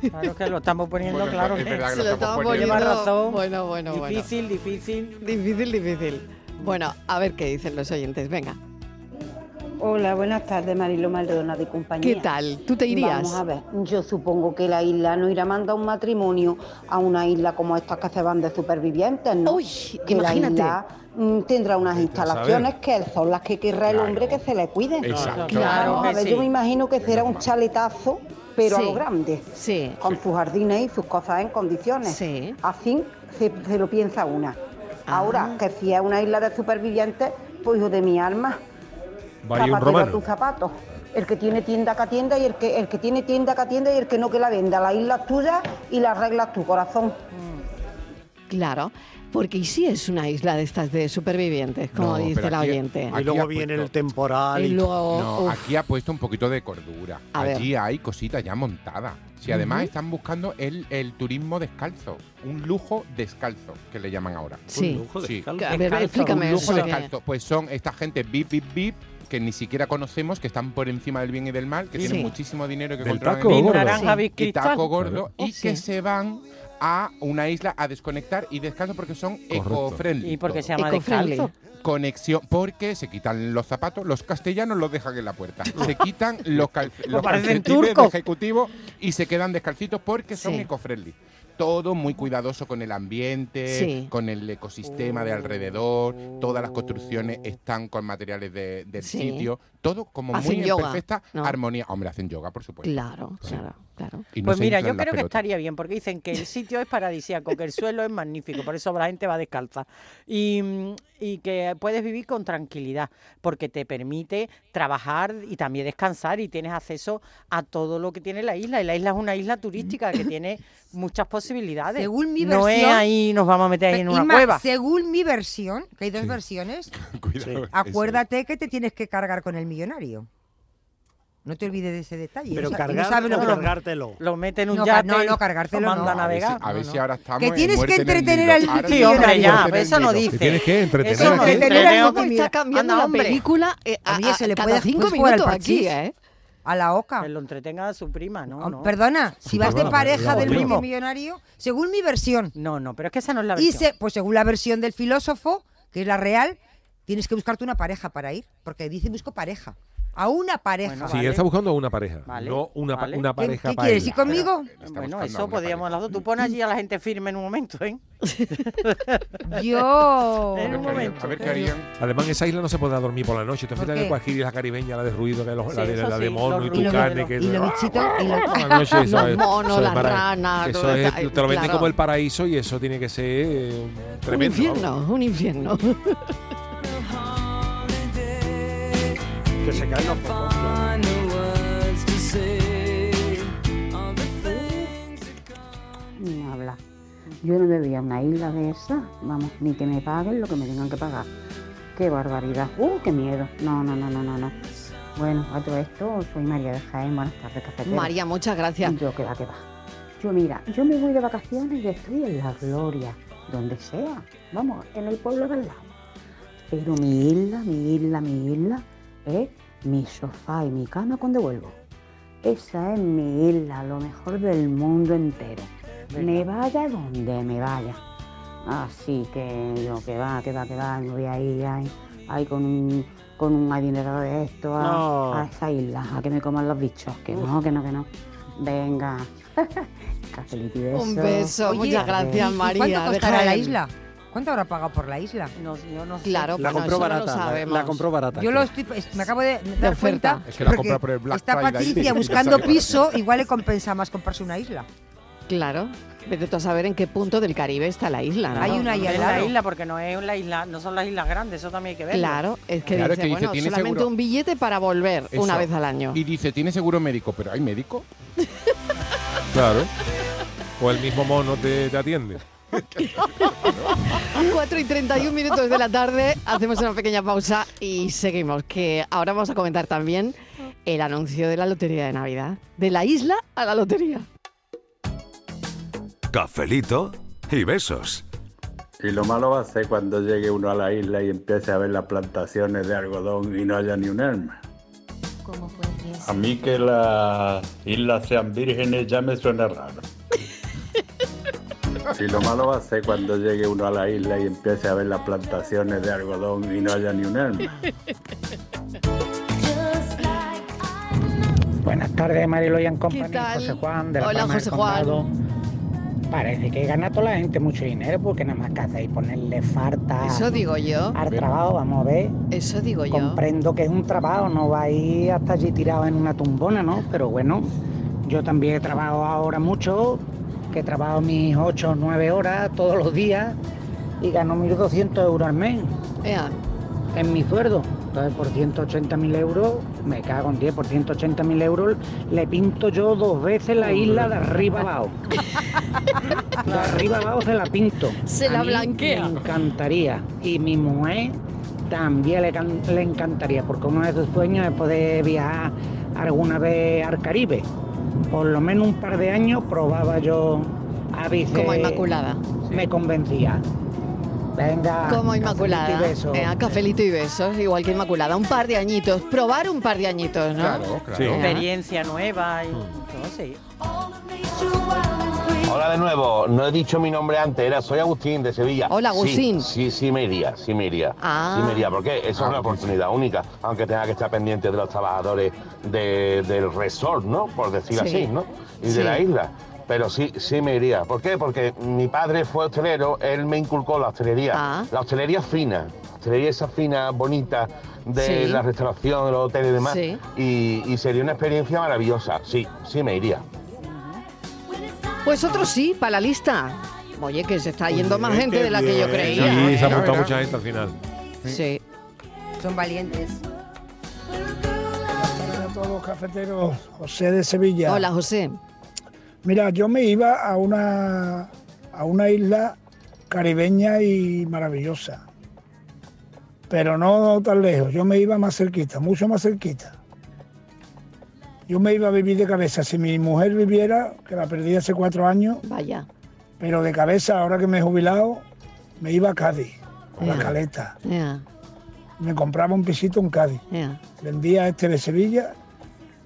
Claro que lo estamos poniendo,
Bueno,
claro
es
que
verdad que
Se lo
lo estamos
estamos
poniendo.
poniendo.
Lleva razón.
Bueno, bueno, bueno.
Difícil, difícil.
Difícil, difícil. Bueno, a ver qué dicen los oyentes. Venga,
Hola, buenas tardes, Marilo Maldonado y compañía.
¿qué tal? ¿Tú te irías?
Vamos a ver, yo supongo que la isla no irá a mandar un matrimonio a una isla como estas que se van de supervivientes, ¿no?
Uy,
que
imagínate.
la isla mm, tendrá unas
Vete a
instalaciones
saber.
que son las que querrá el
Claro.
hombre que se le cuide.
Exacto.
Claro
Vamos a
que
ver,
sí.
yo me imagino que será un chaletazo, pero
Sí.
a lo grande,
Sí.
con sus jardines y sus cosas en condiciones.
Sí.
Así se, se lo piensa una.
Ah.
Ahora, que si es una isla de supervivientes, pues hijo de mi alma,
Va ahí un
zapatero a
romano.
tus zapatos. El que tiene tienda que atienda y el que, el que tiene tienda que atienda y el que no que la venda. La isla es tuya y la reglas tu corazón.
Claro, porque y si es una isla de estas de supervivientes, como
No, pero
dice la
aquí-
oyente.
aquí
Y luego
ha
viene
puesto-
el temporal.
Y
Y
luego,
No,
uf,
aquí ha puesto un poquito de cordura.
A ver.
Allí hay cositas ya montadas. Si además están buscando el, el turismo descalzo, un lujo descalzo, que le llaman ahora.
sí.
Un lujo de
Sí.
escala.
A ver,
descalzo,
explícame eso.
un
eh.
lujo
que-
descalzo. Pues son esta gente bip, bip, bip, que ni siquiera conocemos, que están por encima del bien y del mal, que
Sí.
tienen muchísimo dinero que
Del
controlan
taco
el
Vin
gordo.
naranja,
Sí.
Vin
y
cristal.
taco gordo y
Oh, Sí.
que se van a una isla a desconectar y descanso porque son
Correcto.
eco-friendly.
¿Y por qué
todo.
se llama
Eco-friendly.
descalzo?
conexión porque se quitan los zapatos, los castellanos los dejan en la puerta, se quitan los, cal- los
parecen
calcetines de
turcos.
ejecutivo y se quedan descalcitos porque son
Sí.
eco-friendly. Todo muy cuidadoso con el ambiente,
Sí.
con el ecosistema de alrededor, todas las construcciones están con materiales de- del
Sí.
sitio, todo como
Hacen
muy
yoga,
en perfecta
¿no?
armonía. Hombre, hacen yoga, por supuesto.
Claro, claro, claro.
Y no
Pues
se
mira, yo
inflan las
creo que
pelotas.
estaría bien, porque dicen que el sitio es paradisíaco, que el suelo es magnífico, por eso la gente va descalza. Y, mm, y que puedes vivir con tranquilidad, porque te permite trabajar y también descansar y tienes acceso a todo lo que tiene la isla. Y la isla es una isla turística que tiene muchas posibilidades.
Según mi
No es
versión-
ahí nos vamos a meter ahí en una
Inma,
cueva.
Según mi versión, que hay dos versiones,
Cuidado, eso es.
acuérdate que te tienes que cargar con el millonario. No te olvides de ese detalle.
Pero
no sa- no
cargar,
sabes lo
o
que-
cargártelo.
Lo meten en un
No,
yate,
no, no,
lo
cargártelo,
manda
no.
a
A ver, si,
navegar.
a ver si ahora estamos
Que
en
tienes que
muerte en el
entretener
nido.
al-
Ahora
Sí,
Sí,
tenemos
hombre,
que
ya,
muerte en
pero
el
eso no
nido.
dice.
tienes que entretener
Eso no
a la
dice.
gente.
Entretener
Creo
al niño.
que-
Está cambiando
Anda,
la
hombre.
película eh, a-
Oye,
a-
se le
cada
puede
cinco
jugar al
minutos aquí,
parchís.
¿eh?
A la oca.
Que lo entretenga a su prima, ¿no?
Oh,
no.
Perdona, si vas de
perdona,
pareja
la
del
primo.
multimillonario, según mi versión,
No, no, pero es que esa no es la
y
versión.
se, pues según la versión del filósofo, que es la real, tienes que buscarte una pareja para ir, porque dice busco pareja. a una pareja.
sí, él está buscando una pareja.
Vale,
No una, pa-
vale.
una
¿Qué-
pareja
qué
para
quieres,
él.
ir conmigo?
Bueno, eso podríamos las dos. Tú pones allí a la gente firme en un momento, ¿eh?
Yo.
En un momento.
Además, en esa isla no se podrá dormir por la noche. Te fijas
qué?
que Cuajiri es la caribeña, la de ruido, que los-
Sí,
la, de,
eso
la de
sí,
mono
los
y
ruidos,
tucane.
los-
Que
y los bichitos y los-
por la noche, eso
Los
es-
monos,
eso es
las
mara-
ranas,
Eso
todo
es-
está-
te lo venden
claro.
como el paraíso y eso tiene que ser eh,
Un
tremendo.
infierno, un infierno.
Que se caen los focos.
No habla. Yo no me voy a una isla de esa, vamos, ni que me paguen lo que me tengan que pagar. ¡Qué barbaridad! ¡Uh, qué miedo! No, no, no, no, no, no. Bueno, a todo esto, soy María de Jaén, buenas tardes, cafetero.
María, muchas gracias.
Yo que va, que va. Yo mira, yo me voy de vacaciones y estoy en la gloria, donde sea, vamos, en el pueblo del lado. Pero mi isla, mi isla, mi isla es mi sofá y mi cama cuando vuelvo. Esa es mi isla, lo mejor del mundo entero. Me vaya donde me vaya. Así que yo que va, que va, que va, me voy ahí, ahí, ahí con un, con un adinerado de esto a,
No.
a esa isla, a que me coman los bichos, que no, que no, que no. Venga. Cafelito y besos.
Un beso,
Oye,
muchas gracias,
¿y
María.
¿Cuánto
de
costará la
Jaén.
isla? ¿Cuánto habrá pagado por la isla?
yo no
sé. Claro,
La
bueno,
compró
eso no lo
barata, la-
sabemos.
la compró barata.
Yo lo estoy, es- me acabo de dar
oferta.
cuenta
Es que la
porque
compra por el Black
está
Friday.
Patricia buscando piso, igual le compensa más comprarse una isla.
Claro. Vete tú a saber en qué punto del Caribe está la isla. ¿no?
No, es la isla, porque no es la isla, no son las islas grandes, eso también hay que verlo.
Claro, es que
Claro,
dice,
que dice,
bueno,
tiene
solamente
seguro.
un billete para volver
Eso.
una vez al año.
Y dice, ¿tiene seguro médico? ¿Pero hay médico?
Claro. O el mismo mono te, te atiende.
4 y 31 minutos de la tarde, hacemos una pequeña pausa y seguimos, que ahora vamos a comentar también el anuncio de la Lotería de Navidad. De la isla a la lotería.
Cafelito y besos.
Y lo malo va a ser cuando llegue uno a la isla y empiece a ver las plantaciones de algodón y no haya ni un arma. A mí que las islas sean vírgenes ya me suena raro. Y lo malo va a ser cuando llegue uno a la isla y empiece a ver las plantaciones de algodón y no haya ni un arma.
Buenas tardes, Marilo y en
¿Qué
compañía.
tal?
José Juan de la
Hola,
Palma del
José Juan.
Condado. Parece que gana toda la gente mucho dinero porque nada más que hacéis ponerle farta
Eso digo yo.
al trabajo, vamos a ver.
Eso digo yo.
Comprendo que es un trabajo, no vais hasta allí tirado en una tumbona, ¿no? Pero bueno, yo también he trabajado ahora mucho, que trabajo mis 8 o 9 horas todos los días y gano 1.200 euros al mes en mi sueldo. Entonces, por 180.000 euros, me cago en 10, por 180.000 euros le pinto yo dos veces la isla de arriba abajo. De arriba abajo se la pinto.
Se la
A mí
blanquea.
Me encantaría. Y mi mujer también le, can- le encantaría, porque uno de sus sueños es poder viajar alguna vez al Caribe. Por lo menos un par de años probaba yo a veces.
Como Inmaculada.
Me convencía. Venga. cafelito Ah,
Como
y
Inmaculada.
besos.
Eh, a cafelito y besos, igual que Inmaculada. Un par de añitos. Probar un par de añitos, ¿no?
Sí. Mm.
Experiencia nueva y todo, sí.
Hola de nuevo, no he dicho mi nombre antes, era soy Agustín de Sevilla.
Hola, Agustín.
Sí, sí, sí me iría, sí me iría.
Ah.
Sí me iría, porque eso es una oportunidad única, aunque tenga que estar pendiente de los trabajadores de- del resort, ¿no? Por decir
Sí.
así, ¿no? Y
Sí.
de la isla. Pero sí, sí me iría. ¿Por qué? Porque mi padre fue hostelero, él me inculcó la hostelería.
Ah.
La hostelería fina, hostelería esa fina, bonita, de
Sí.
la restauración, de los hoteles y demás.
Sí.
Y, y sería una experiencia maravillosa. Sí, sí me iría.
Pues otro sí, para la lista. Oye, que se está
Pues
yendo más gente de la que yo creía.
Sí, se ha apuntado
¿eh?
mucha gente al final.
Sí.
Son valientes.
Hola a todos, cafeteros. José de Sevilla.
Hola, José.
Mira, yo me iba a una, a una isla caribeña y maravillosa. Pero no tan lejos. Yo me iba más cerquita, mucho más cerquita. Yo me iba a vivir de cabeza. Si mi mujer viviera, que la perdí hace cuatro años.
Vaya.
Pero de cabeza, ahora que me he jubilado, me iba a Cádiz, a la
Ya.
caleta.
Ya,
Me compraba un pisito en Cádiz.
ya.
vendía este de Sevilla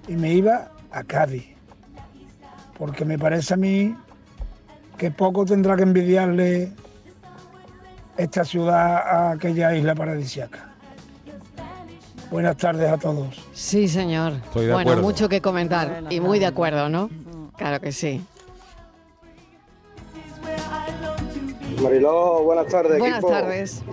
y me iba a Cádiz. Porque me parece a mí que poco tendrá que envidiarle esta ciudad a aquella isla paradisiaca. Buenas tardes a todos.
Sí, señor.
Estoy de
bueno,
acuerdo.
mucho que comentar y muy de acuerdo, ¿no? Claro que sí.
Mariló, buenas tardes.
Buenas
equipo.
tardes.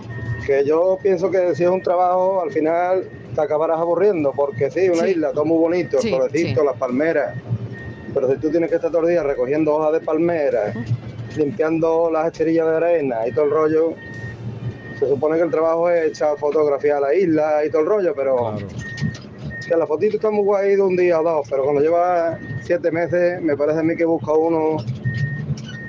Que yo pienso que si es un trabajo, al final te acabarás aburriendo, porque sí, una
Sí.
isla, todo muy bonito,
Sí,
el solecito,
sí.
las palmeras. Pero si tú tienes que estar todo el día recogiendo hojas de palmera, limpiando las hecherillas de arena y todo el rollo, se supone que el trabajo es echar fotografía a la isla y todo el rollo, pero que la fotito está muy guay de un día o dos, pero cuando lleva siete meses, me parece a mí que busca uno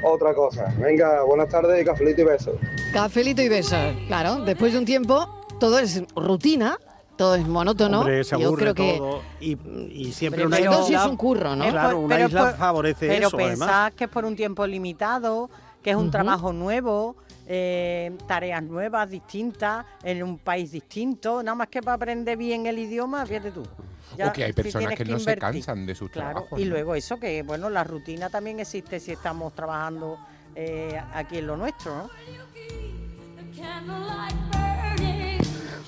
otra cosa. Venga, buenas tardes y cafelito y besos.
Cafelito y besos. Claro, después de un tiempo todo es rutina, todo es monótono.
Hombre, se
Yo
aburre
creo que
todo. Y, y siempre
Pero
una
esto
isla. Eh,
sí es un curro, ¿no?
Claro, una
Pero
isla
por-
favorece
pues, Pero
eso,
pensás
además.
que es por un tiempo limitado, que es un
Ujú.
trabajo nuevo, eh, tareas nuevas, distintas, en un país distinto, nada más que para aprender bien el idioma, fíjate tú.
O que hay
si
personas
tienes
que no se
invertir.
cansan de sus
Claro,
trabajos,
y
¿no?
luego eso que, bueno, la rutina también existe si estamos trabajando eh, aquí en lo nuestro, ¿no?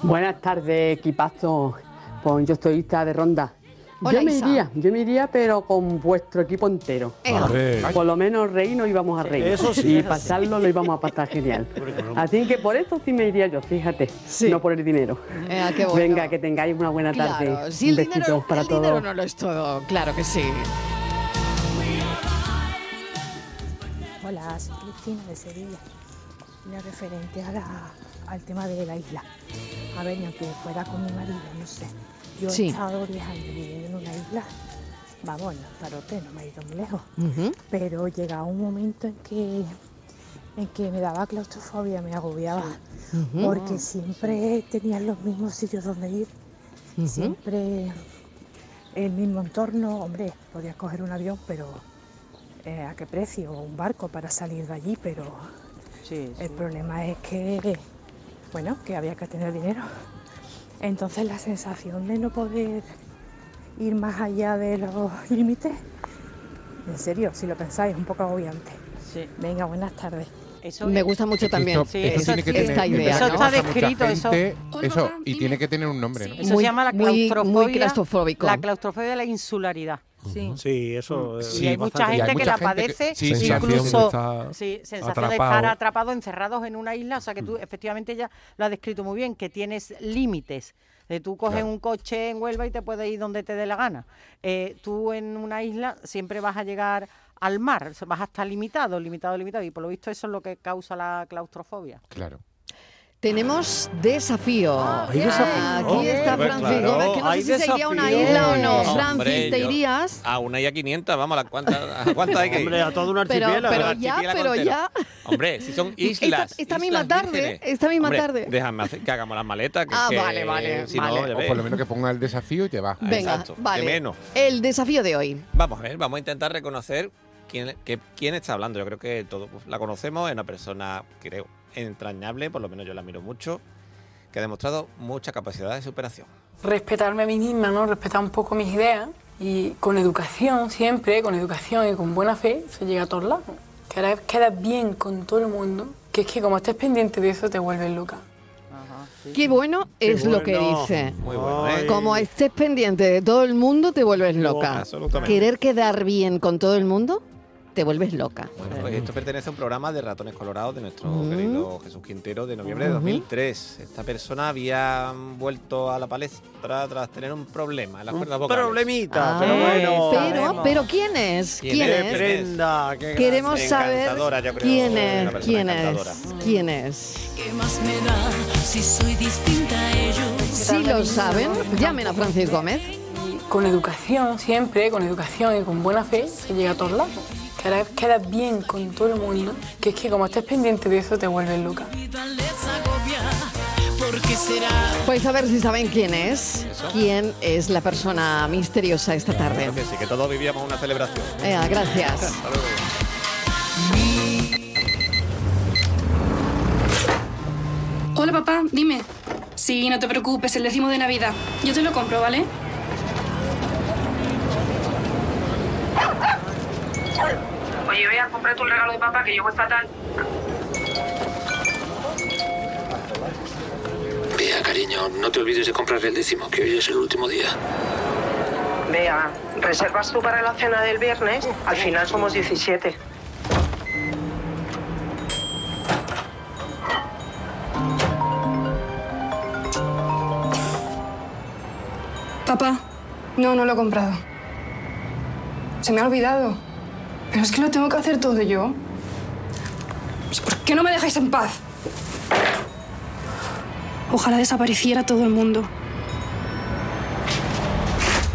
Buenas tardes, equipazo. Pues yo estoy Isa de ronda.
Hola,
yo me
Isa.
iría, yo me iría, pero con vuestro equipo entero.
Ea. Hombre.
Por lo menos reír nos íbamos a reír.
Eso sí,
Y
eso
pasarlo lo íbamos a pasar genial. Así que por eso sí me iría yo, fíjate. No por el dinero.
Ea, Eh, qué bueno.
Venga, que tengáis una buena tarde.
Claro, si el
Besitos
dinero,
para
el
todos.
dinero no lo es todo, claro que sí.
Hola, soy Cristina de Sevilla. Una referente a la- al tema de la isla. A ver, ni aunque fuera con mi marido, no sé. Yo
Sí.
he estado 10 años viviendo en una isla. Vamos, en Lanzarote, no me he ido muy lejos.
Ujú.
Pero llegaba un momento en que, en que me daba claustrofobia, me agobiaba.
Ujú.
Ah,
Porque siempre tenía los mismos sitios donde ir.
Ujú.
Siempre el mismo entorno. Hombre, podías coger un avión, pero eh, a qué precio, o un barco para salir de allí, pero el problema es que, bueno, que había que tener dinero. Entonces la sensación de no poder ir más allá de los límites, en serio, si lo pensáis, es un poco agobiante. Venga, buenas tardes.
Me gusta mucho también
Esto- esto tiene que tener-
esta
de
idea.
verdad que
¿no?
pasa a mucha gente, Eso, y tiene que tener un nombre, ¿no?
Eso se llama la
muy- muy
claustrofobia.
claustrofóbico.
La claustrofobia de la insularidad. Sí.
Sí, eso.
Mm.
eh,
Y hay mucha
bastante.
gente que la padece, incluso sí, sensación de estar atrapado, encerrados en una isla. O sea que tú, efectivamente, ya lo has descrito muy bien, que tienes límites. Eh, tú coges
Claro.
un coche en Huelva y te puedes ir donde te dé la gana. Eh, tú en una isla siempre vas a llegar al mar, o sea, vas a estar limitado, limitado, limitado. Y por lo visto eso es lo que causa la claustrofobia.
Claro.
Tenemos desafío.
hay desafío.
Aquí está
Hombre,
Francis
claro,
Gómez, que no
hay
sé si se iría a una
desafío.
isla o no.
Hombre,
Francis, ¿te
yo-
irías?
A una y a 500, vamos, ¿a las cuántas, a cuántas hay que ir?
Hombre, a todo un
Pero- archipiélago. pero
Un
ya,
archipiélago
pero
entero.
ya.
Hombre, si son islas.
esta
islas
misma tarde,
vírgenes.
esta misma
Hombre,
tarde.
Déjame hacer, que hagamos las maletas. que-
Ah,
que
vale, vale,
Si no,
vale.
ya
O
ves.
por lo menos que ponga el desafío y te va.
Ah,
Venga,
exacto, de
vale.
menos.
El desafío de hoy.
Vamos a ver, vamos a intentar reconocer quién, qué- quién está hablando. Yo creo que todos la conocemos, es una persona, creo, entrañable, por lo menos yo la miro mucho, que ha demostrado mucha capacidad de superación.
respetarme a mí misma, ¿no? Respetar un poco mis ideas y con educación siempre, con educación y con buena fe se llega a todos lados. Que ahora quedas bien con todo el mundo, que es que como estés pendiente de eso te vuelves loca.
Qué bueno
Qué
es lo que
bueno.
dice.
Muy bueno, ¿eh?
Como estés pendiente de todo el mundo, te vuelves loca.
absolutamente.
Querer quedar bien con todo el mundo, te vuelves loca.
Bueno, pues esto pertenece a un programa de ratones colorados de nuestro
Mm. Mm-hmm.
querido Jesús Quintero de noviembre de
Ujú.
2003. Esta persona había vuelto a la palestra tras tener un problema en las cuerdas vocales.
problemita,
Ah,
pero bueno.
Pero, pero ¿quién es?
¿Quién
¿Quién
es?
es?
Prenda, qué
Queremos
grande.
saber
Encantadora, yo creo,
quién
una
es,
persona
quién
encantadora.
es, quién es.
¿Qué más me da si soy distinta a ellos?
Si lo saben, llamen a Francis Gómez.
Y con educación siempre, con educación y con buena fe se llega a todos lados. Que ahora quedas bien con todo el mundo, que es que como estés pendiente de eso te vuelves loca.
Porque será
Pues a ver si saben quién es, quién es la persona misteriosa esta tarde.
Creo que sí, que todos vivíamos una celebración.
Ea, gracias.
Hasta luego.
Hola papá, dime. Sí, no te preocupes, el décimo de Navidad. Yo te lo compro, ¿vale?
Oye, vea, compra tu regalo de papá que yo voy fatal.
día, cariño. No te olvides de comprar el décimo, que hoy es el último día.
Vea, reservas tú para la cena del viernes, al final somos 17.
Papá, no, no lo he comprado. Se me ha olvidado. Pero es que lo tengo que hacer todo yo. Pues, ¿Por qué no me dejáis en paz? Ojalá desapareciera todo el mundo.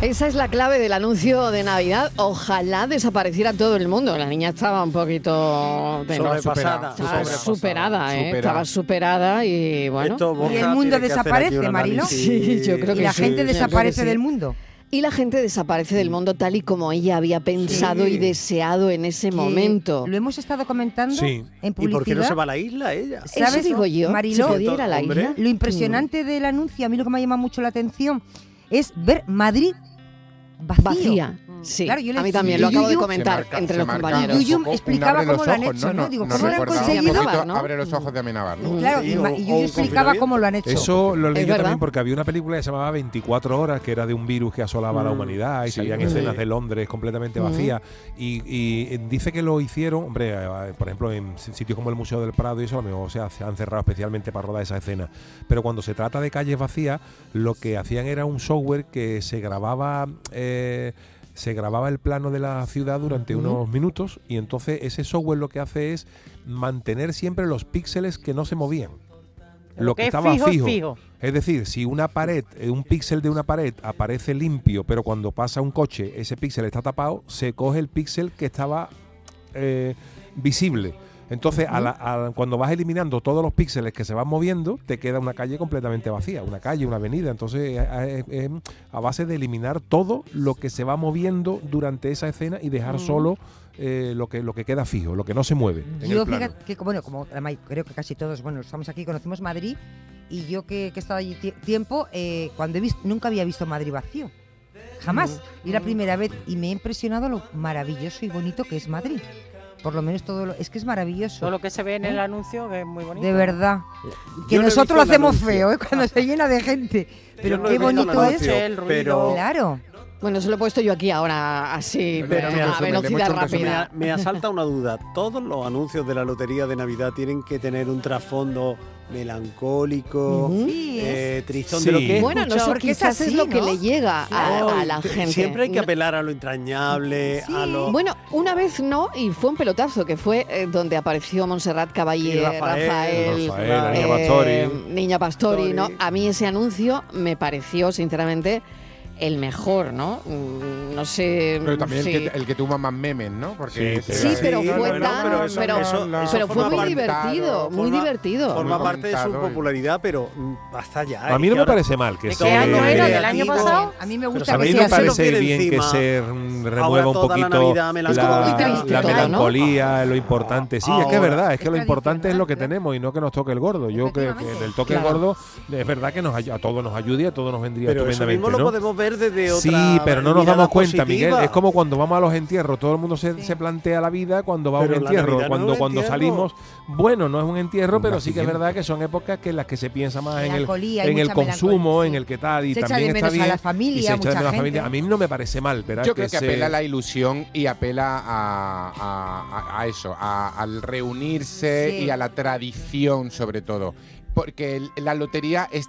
Esa es la clave del anuncio de Navidad. Ojalá desapareciera todo el mundo. La niña estaba un poquito de-
Sobrepasada.
Estaba
Sobrepasada.
superada, ¿eh?
Supera.
Estaba superada y bueno.
Esto, Borja, Y el mundo tiene que hacer desaparece, aquí un Marilo. análisis.
Sí, yo creo
Y
que
la
sí,
gente
yo creo que
desaparece
sí.
del
mundo.
Y la gente desaparece del mundo tal y como ella había pensado
Sí.
y deseado en ese
que
momento.
Lo hemos estado comentando
Sí.
en
¿Y
publicidad.
por qué no se va a
la isla ella?
Eso digo yo, si
Mariló,
podía ir a la Hombre. isla.
Lo impresionante del anuncio, a mí lo que me ha llamado mucho la atención es ver Madrid vacío. Mm.
Vacía, sí.
Claro, yo le
A mí
decía,
también, lo acabo de
Yuyu-
comentar entre los compañeros.
Yuyu explicaba cómo lo han hecho, ¿no? Digo,
No
¿cómo lo han
recordaba un
conseguido?
poquito, Abre los Mm. ojos de Amenábar. ¿no?
Claro, y, Ma- y Yuyu explicaba cómo lo han hecho.
Eso lo leí
Es
yo
verdad.
también porque había una película que se llamaba 24 horas, que era de un virus que asolaba a la
Mm.
humanidad y
Sí.
salían
Sí.
escenas de Londres completamente
Mm.
vacías. Y, y eh, dice que lo hicieron, hombre, eh, por ejemplo, en si- sitios como el Museo del Prado y eso, a lo mejor se ha- se han cerrado especialmente para rodar esa escena. Pero cuando se trata de calles vacías, lo que hacían era un software que se grababa... eh, se grababa el plano de la ciudad durante
Ujú.
unos minutos y entonces ese software lo que hace es mantener siempre los píxeles que no se movían
Lo
lo,
que
que,
es
estaba
fijo
fijo,
es fijo.
Es decir, si una pared, eh, un píxel de una pared aparece limpio, pero cuando pasa un coche, ese píxel está tapado, se coge el píxel que estaba eh, visible. Entonces, a la- a- cuando vas eliminando todos los píxeles que se van moviendo, te queda una calle completamente vacía, una calle, una avenida. Entonces, a, a- em, a base de eliminar todo lo que se va moviendo durante esa escena y dejar
Mm.
solo eh, lo, que, lo que queda fijo, lo que no se mueve. en
Yo
el plano.
fíjate que, bueno, como la may- creo que casi todos, bueno, estamos aquí, conocemos Madrid y yo que, que he estado allí tie- tiempo, eh, cuando he visto, nunca había visto Madrid vacío. Jamás.
Mm.
Y la primera vez y me ha impresionado lo maravilloso y bonito que es Madrid. Por lo menos todo lo... Es que es maravilloso.
Todo lo que se ve en el
¿Eh?
anuncio que es muy bonito.
De verdad. Que
Yo no he
nosotros
visto
lo
el
hacemos
anuncio.
feo, ¿eh? Cuando se llena de gente. Pero
no he
qué
visto el
bonito es.
anuncio, El ruido. pero-
Claro.
Bueno, se lo he puesto yo aquí ahora así,
Pero
a
mira, resumen, le hemos
velocidad
hecho un resumen.
rápida.
Me, me asalta una duda. Todos los anuncios de la lotería de Navidad tienen que tener un trasfondo melancólico,
Ujú.
eh, tristón
Sí.
de lo que he
Bueno, no sé,
escuchado.
Porque es quizás así, es lo que ¿no? le llega a-
Claro,
a la
te-
gente.
Siempre hay que
No-
apelar a lo entrañable, a lo
Bueno, una vez no, y fue un pelotazo, que fue eh, donde apareció Montserrat Caballé,
Y
Rafael,
Rafael. Rafael,
eh,
la Niña Pastori.
Niña Pastori, ¿no? A mí ese anuncio me pareció, sinceramente, el mejor, ¿no? Mm, No sé.
Pero también
sí.
el, que, el que tuvo más memes, ¿no? Porque
Sí, pero fue tan- pero- pero fue muy divertido, muy divertido.
Forma
Muy
parte de su
comentado.
popularidad, pero mm, basta ya.
¿eh? A mí no me parece mal que ¿De qué se- año era? ¿Del año pasado?
A mí me
Pero
gusta que
¿Sabéis?
sea
Me
así.
parece
tiene
bien que
encima.
se mm,
Ahora
remueva un
toda la
poquito
Navidad
la,
melancólica. Es como muy triste
la
todo, ¿no?
melancolía, lo importante. Sí, es que es
Ahora.
verdad, es que lo importante es lo que tenemos y no que nos toque el gordo. Yo creo que del toque
Claro.
gordo es verdad que nos, ay- a todos nos ayuda y a todos nos vendría
Pero eso
estupendamente,
mismo lo
¿no?
podemos ver desde otra
Sí, pero no nos
mirada
damos cuenta, Miguel.
positiva.
Es como cuando vamos a los entierros, todo el mundo se, se plantea la vida cuando va
Pero
a un
la
entierro,
Navidad no
cuando
es un
cuando
entierro.
salimos. Bueno, no es un entierro, pero sí que es
nacimiento.
verdad que son épocas que en las que se piensa más en el,
Melancolía, hay
en el
mucha melancolía,
consumo, en el que tal y
Se echa
también
de
está
menos a
bien,
la familia,
y se echa de
mucha
menos a la
gente.
familia. A mí no me parece mal, ¿verdad?
Yo creo que
se-
apela a la ilusión y apela a, a- a- a eso, a- al reunirse
Sí.
y a la tradición sobre todo. Porque el- la lotería es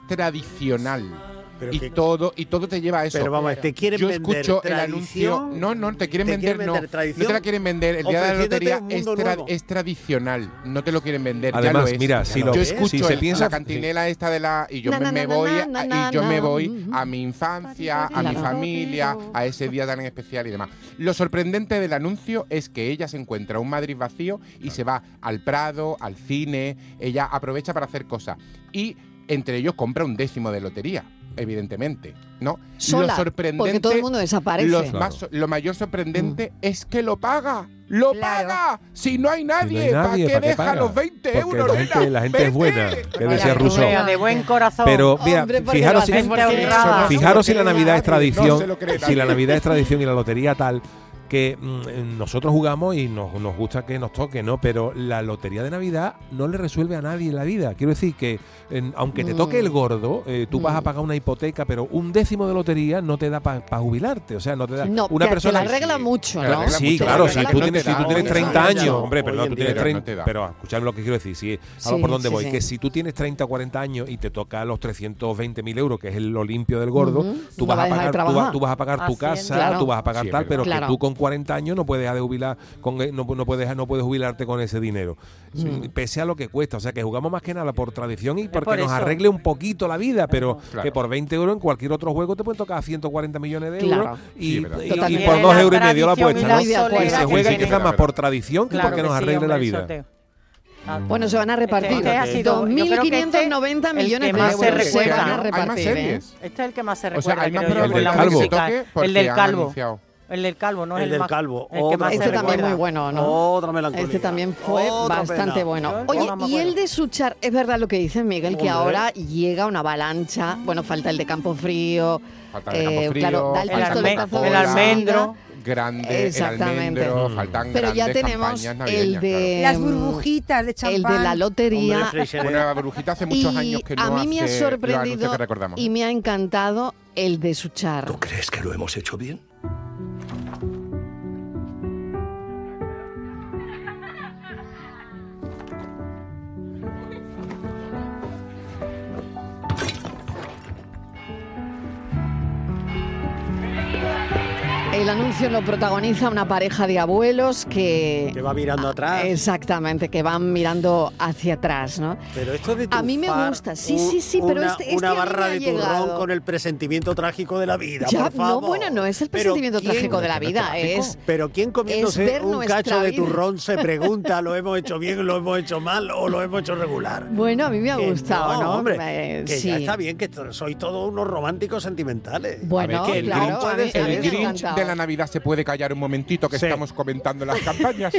tradicional.
Pero
y
que-
todo y todo te lleva a eso.
Pero vamos, te quieren
Yo
vender
escucho el
tradición,
anuncio. No, no, te quieren
te
vender,
quieren
no.
vender
no
tradición,
te la quieren vender. El día de la
ofreciéndote
lotería
un
es,
mundo
tra-
nuevo.
es tradicional. No te lo quieren vender. ya
Además,
lo es.
mira, si lo-
yo
si
escucho
se
el-
piensa-
la cantinela esta de la y yo
Na,
me,
na,
me
na,
voy
na,
a-
na,
y
na,
yo me
na.
voy a mi infancia, a mi
Claro.
familia, a ese día tan especial y demás. Lo sorprendente del anuncio es que ella se encuentra un Madrid vacío y se va al Prado, al cine, ella aprovecha para hacer cosas y entre ellos compra un décimo de lotería, evidentemente, ¿no?
Sola, porque todo el mundo desaparece.
los
Claro.
más- lo mayor sorprendente es que lo paga. ¡Lo paga! Mm. Si no hay
Si no
nadie,
hay nadie,
¿para
¿pa'
qué deja
paga?
los 20
Porque
euros?
la gente, la gente es buena, que decía Russo.
Vea, de buen corazón.
Pero mira, fijaros, si,
Gente honrada.
fijaros si la Navidad es
No se
tradición,
lo cree nadie.
si la Navidad es tradición y la lotería tal, que mm, nosotros jugamos y nos, nos gusta que nos toque, ¿no? Pero la lotería de Navidad no le resuelve a nadie la vida. Quiero decir que en- aunque te
Mm.
toque el gordo, eh, tú vas a pagar una hipoteca, pero un décimo de lotería no te da para jubilarte. O sea, no te da.
No,
una
te- te
persona
la arregla mucho,
Claro,
¿no?
Sí,
Te la
claro,
arregla
si tú
mucho.
tienes, si tú tienes
No,
30
ya no.
años, hombre,
Hoy
perdón,
en
tú
día
tienes
no
30,
te da.
pero escuchad lo que quiero decir, sí, ahora
Sí,
por dónde
sí,
voy,
sí.
que si tú tienes 30 o 40 años y te toca los 320.000 euros, que es el Olimpio del Gordo,
Ujú.
tú,
No
vas
va a dejar de
a pagar, tú, vas,
trabajar.
tú vas a pagar tu
Hacienda.
casa,
Claro.
tú vas a pagar
Sí, es
tal,
verdad.
pero
Claro.
que tú con 40 años no puedes dejar de jubilar, con, eh, no, no puedes, no puedes jubilarte con ese dinero, Sí,
Mm.
pese a lo que cuesta. O sea, que jugamos más que nada por tradición y porque
por
nos
eso.
arregle un poquito la vida, pero
Claro.
que por 20 euros en cualquier otro juego te pueden tocar 140 millones de
Claro.
euros y,
Sí, es verdad.
y- y
Totalmente.
por
Tiene
2
la
euros y medio la
tradición y
apuesta,
la
¿no?
solera
Y se
que
juega
tiene.
quizás más por tradición que
Claro
porque
que
nos
sí,
arregle la
hombre, el
vida.
sorteo.
Bueno, se van a repartir.
Ah, Este ha sido- yo creo que este
2.590
el
millones
que
de
más
euros
se
se
recuerda,
van
¿no? Hay
a
más
repartir. ¿eh?
series.
Este es el que más se
O sea,
recuerda,
hay más
creo yo, con
probabilidades
la
de que se
música.
toque
el
porque
del
han
calvo.
anunciado.
El del calvo, no es
El
el
del
más-
calvo,
El que
otra
más se
Este
también
recuerda.
muy bueno, ¿no?
Otra melancolía.
Este también fue
Otra
bastante
pena.
bueno.
Yo
Oye,
no me
y el de Suchar, es verdad lo que dice Miguel, que
Hombre.
ahora llega una avalancha. Bueno, falta el de Campo Frío.
Falta el de Campo Frío,
Eh, claro, da el
falta el
pistoletazo
Campo
de
Bola,
salida.
Grande,
Exactamente.
el almendro, faltan
Pero ya
grandes
tenemos
campañas
el
navideñas,
de.
claro.
burbujitas de
El de la
champán.
lotería.
Una brujita hace muchos
Y
años que no
a mí me ha
hace los anuncios
sorprendido
que recordamos.
y me ha encantado el de Suchar.
¿Crees que lo hemos hecho bien?
El anuncio lo protagoniza una pareja de abuelos que... Ah,
Que va mirando atrás.
Exactamente, que van mirando hacia atrás, ¿no?
Pero esto de
A mí me
trufar
gusta, sí,
un-
sí, sí, pero
una,
este- este
una
a mí me
barra
ha
de
llegado.
turrón con el presentimiento trágico de la vida,
Ya,
por favor.
No, bueno, no es el
Pero
presentimiento
¿quién-
trágico de la vida,
trágico?
es...
Pero ¿quién
es
comiéndose
ver
un
nuestra
cacho de
vida.
turrón se pregunta, ¿lo hemos hecho bien, lo hemos hecho mal o lo hemos hecho regular?
Bueno, a mí me ha
Que
gustado,
no,
¿no?
hombre,
Eh,
que
sí.
ya está bien, que to- sois todos unos románticos sentimentales.
Bueno,
que el
claro,
Grinch
a
puede
mí-
ser
a mí
El
me ha
Grinch
encantado.
de la Navidad se puede callar un momentito que estamos comentando las campañas.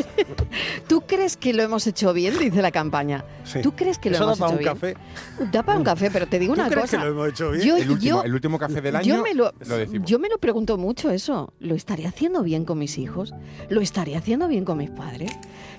¿Tú crees que lo hemos hecho bien? Dice la campaña.
Sí.
¿Tú crees que lo
Eso da
hemos
pa'
hecho
un
bien?
café.
Da para un café, pero te digo
¿Tú
una
crees
cosa.
que lo hemos hecho bien?
Yo,
El último-
yo-
el último café del
Yo
año
me lo,
lo decimos.
yo me lo pregunto mucho eso. ¿Lo estaré haciendo bien con mis hijos? ¿Lo estaré haciendo bien con mis padres?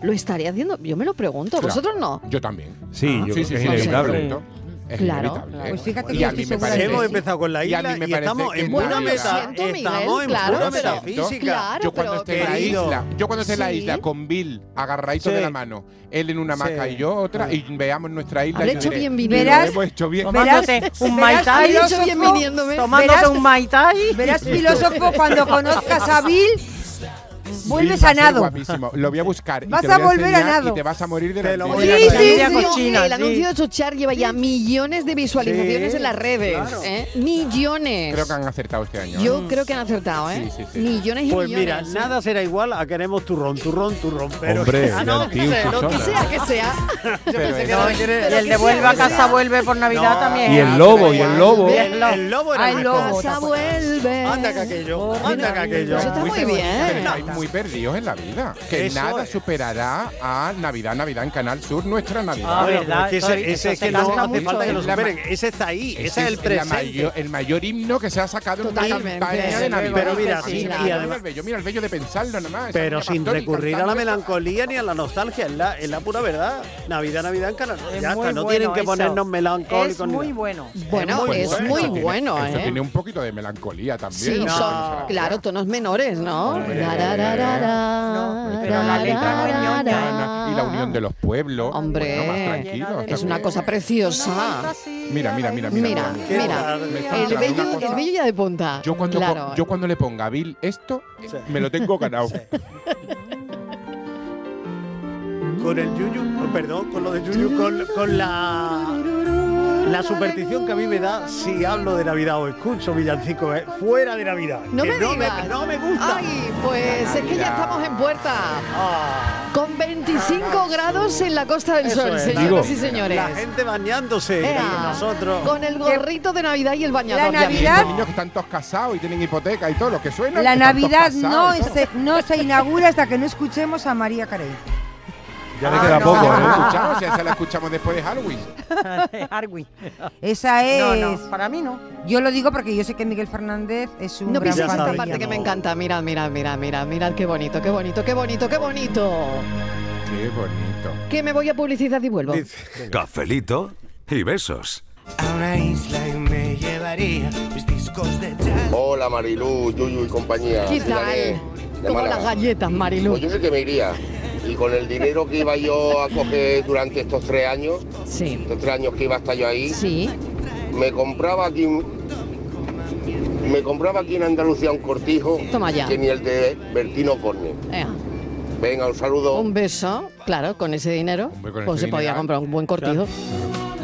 ¿Lo estaré haciendo? Yo me lo pregunto.
Claro.
¿Vosotros no?
Yo también. Ah,
Sí, yo creo que es inevitable.
correcto. Es
Claro.
inevitable. ¿eh?
Pues fíjate
Y
que
a
yo
mí
estoy segura
me parece-
de que
Hemos empezado con la
y a
isla
mí me
y
parece
estamos
que
en
Navidad-
pura meta.
siento, Miguel,
Estamos en
claro,
pura
pero-
meta física.
claro,
yo cuando esté en la
querido.
isla, yo cuando esté en la
Sí.
isla con Bill agarradito
Sí.
de la mano, él en una
Sí.
hamaca y yo otra, y veamos nuestra isla.
Habré
yo
hecho
diré,
bien viniendo.
"Lo
Verás-
hemos hecho bien.
Tomándote un Mai Tai.
Habré hecho bien viniéndome.
Tomándote
Verás-
un Mai Tai.
Verás, filósofo, cuando conozcas a Bill,
Pues,
vuelves
Bill va
a
ser
nado.
guapísimo, Lo voy a buscar. y
Vas
te lo
a
voy
volver a
enseñar
nado.
Y te vas a morir de
Te
la
lo
Sí,
voy a
sí,
enseñar.
sí,
Comida cochina,
El
sí.
anuncio de Sochar lleva ya millones de visualizaciones
Sí,
en las redes.
claro.
¿eh? Millones.
Creo que han acertado este año. ¿eh?
Yo creo que han acertado, ¿eh?
Sí, sí, sí.
Millones y
Pues mira,
millones. ¿eh?
nada será igual a queremos turrón, turrón, turrón. Pero
Hombre,
Ah, no,
el tío
sé, no,
Lo que
Chuchona.
sea, que sea.
Pero
que
era-
no me quiere-
Y
Pero
el
que
de
sea,
vuelve a
que sea.
casa, vuelve por Navidad
No.
también.
Y el lobo, y el lobo.
El lobo, el lobo era
Ah, el
una
lobo.
cosa.
Casa vuelve.
Anda que aquello, anda que aquello.
Eso está muy
Pero
bien.
estáis muy perdidos en la vida. Que
Eso
nada
es.
superará a Navidad, Navidad en Canal Sur, nuestra Navidad.
Ah,
Bueno,
¿verdad?
pero es que
Eso-
ese, ese
eso
es
se
que no
gasta
hace
mucho,
falta que
¿eh?
lo superen. Ese está ahí, ese
Ese
es el
la mayor-
presente.
el mayor himno que se ha sacado en una
Totalmente.
campaña de
Desde
Navidad.
luego
Pero mira,
sí,
Mira,
claro.
y
mira
además-
el bello, mira el bello de pensarlo nomás.
Pero
Esa
sin
Pastori
recurrir a la
cantando.
melancolía ni a la nostalgia, es la, es la pura verdad. Navidad, Navidad en Canal Sur.
Es
Ya
muy
está, no
bueno
tienen que
eso.
ponernos melancólicos.
Es
ni
muy
nada.
bueno.
Bueno,
muy
es
bueno.
muy
Eso
tiene-
bueno,
eso
¿eh?
tiene un poquito de melancolía también.
Sí,
¿no?
son-
Pensará.
claro, tonos menores, ¿no?
Hombre.
Ra, ra, ra, ra, ra,
No, pero la
ra,
letra
ra,
muy
ra,
ñoña,
ra.
Y la unión de los pueblos.
Hombre.
Bueno, más tranquilo,
Es
también.
una cosa preciosa.
Mira, mira,
Mira,
mira, mira.
Qué
mira.
tarde.
Me está
El
entrando una
bello,
cosa.
el bello ya de punta.
Yo cuando, co-
Claro.
yo cuando le ponga a Bill esto,
Sí.
me lo tengo ganado.
Con el yuyu, oh, perdón, con lo de yuyu, con, con la, la superstición que a mí me da si hablo de Navidad o escucho villancico eh, fuera de Navidad.
No
que
me digas.
No me, gusta.
Ay, pues es que ya estamos en puerta.
Ah,
Con 25 grados en la Costa del
eso
Sol,
es,
señoras
la-
y señores.
La gente bañándose
Ea,
y nosotros.
Con el gorrito de Navidad y el bañador.
La
ya
Navidad-
mismo.
Los niños que están todos casados y tienen hipoteca y todo lo que suena.
La
que están todos
Navidad
casados
no
y todo.
se, no se inaugura hasta que no escuchemos a María Carey.
Ya
Ah,
le queda poco,
¿La
¿eh?
escuchamos? Ya esa la escuchamos después de Halloween.
Arwi.
Esa es.
No, no, para mí no.
Yo lo digo porque yo sé que Miguel Fernández es un
No
gran
pises
fan
esta
de
parte
ella.
que me encanta. Mirad, mirad, mirad, mirad, mirad qué bonito, qué bonito, qué bonito, qué bonito.
Qué bonito.
Que me voy a publicidad y vuelvo.
Cafelito y besos.
A una isla y me llevaría mis discos de jazz.
Hola Marilu, Yuyu y compañía.
¿Qué
Soy
tal?
Dané, de
Como
Málaga.
las galletas, Marilu.
Pues yo sé que me iría. Y con el dinero que iba yo a coger durante estos tres años, estos tres años que iba a estar yo ahí, me compraba aquí un- me compraba aquí en Andalucía un cortijo
Toma ya.
que ni el de Bertino Corne.
Eh,
Venga, un saludo.
un beso, claro, con ese dinero,
con
pues
ese
se podía
dineral.
comprar un buen cortijo,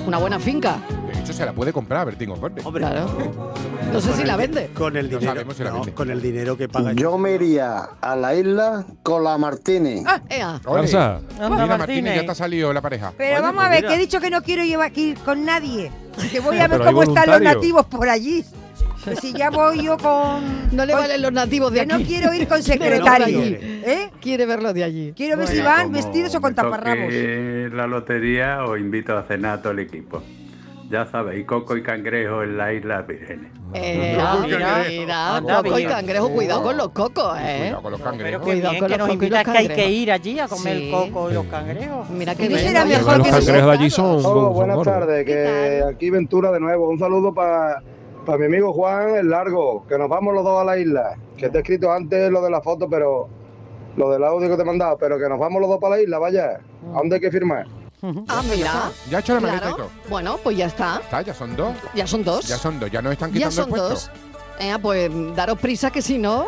una buena finca.
De hecho, se la puede comprar, Bertín Osborne.
Hombre. Claro. No sé
Con
si
el
la
di-
vende.
Con el dinero. no, con el dinero que paga.
Yo me iría a la isla con la Martini.
Ah.
ea.
Ole.
Garza.
Mira,
Martínez.
Martínez, ya te ha salido la pareja.
Pero
Oye,
vamos a
pues
ver,
mira.
que he dicho que no quiero llevar, que ir con nadie. Que voy a ver
Pero hay
cómo están los
voluntarios.
nativos por allí. Que si ya voy yo con.
No le
con-
valen los nativos de
que
aquí.
no quiero ir con
Quiere verlo de
secretario.
allí.
¿Eh?
Quiere verlo de allí.
Quiero ver si
Bueno,
van
como
vestidos o con
me toque
taparrabos.
la lotería os invito a cenar a todo el equipo. Ya sabéis, coco y cangrejo en la isla Virgen.
Eh,
Coco y
mira,
cangrejo.
mira,
Anda,
coco y
mira.
cangrejo, cuidado con los cocos, eh.
Con los cangrejos.
Pero que bien que nos invitas, que hay que ir allí a comer
Sí.
el coco y los cangrejos.
Mira
que
los cangrejos de allí son.
Hola,
son
buenas
gordos.
tardes, Oh, que aquí Ventura de nuevo. Un saludo para mi amigo Juan el Largo, que nos vamos los dos a la isla. Que te he escrito antes lo de la foto, pero lo del audio que te he mandado, pero que nos vamos los dos para la isla, vaya.
Mm.
¿A dónde hay que firmar?
Ah, mira.
Ya ha hecho la maleta
Claro.
y todo.
Bueno, pues ya está.
Está, Ah, ya son dos.
Ya son dos.
Ya son dos, ya nos están
Ya
quitando el
son
puesto.
dos. Eh, pues daros prisa que si no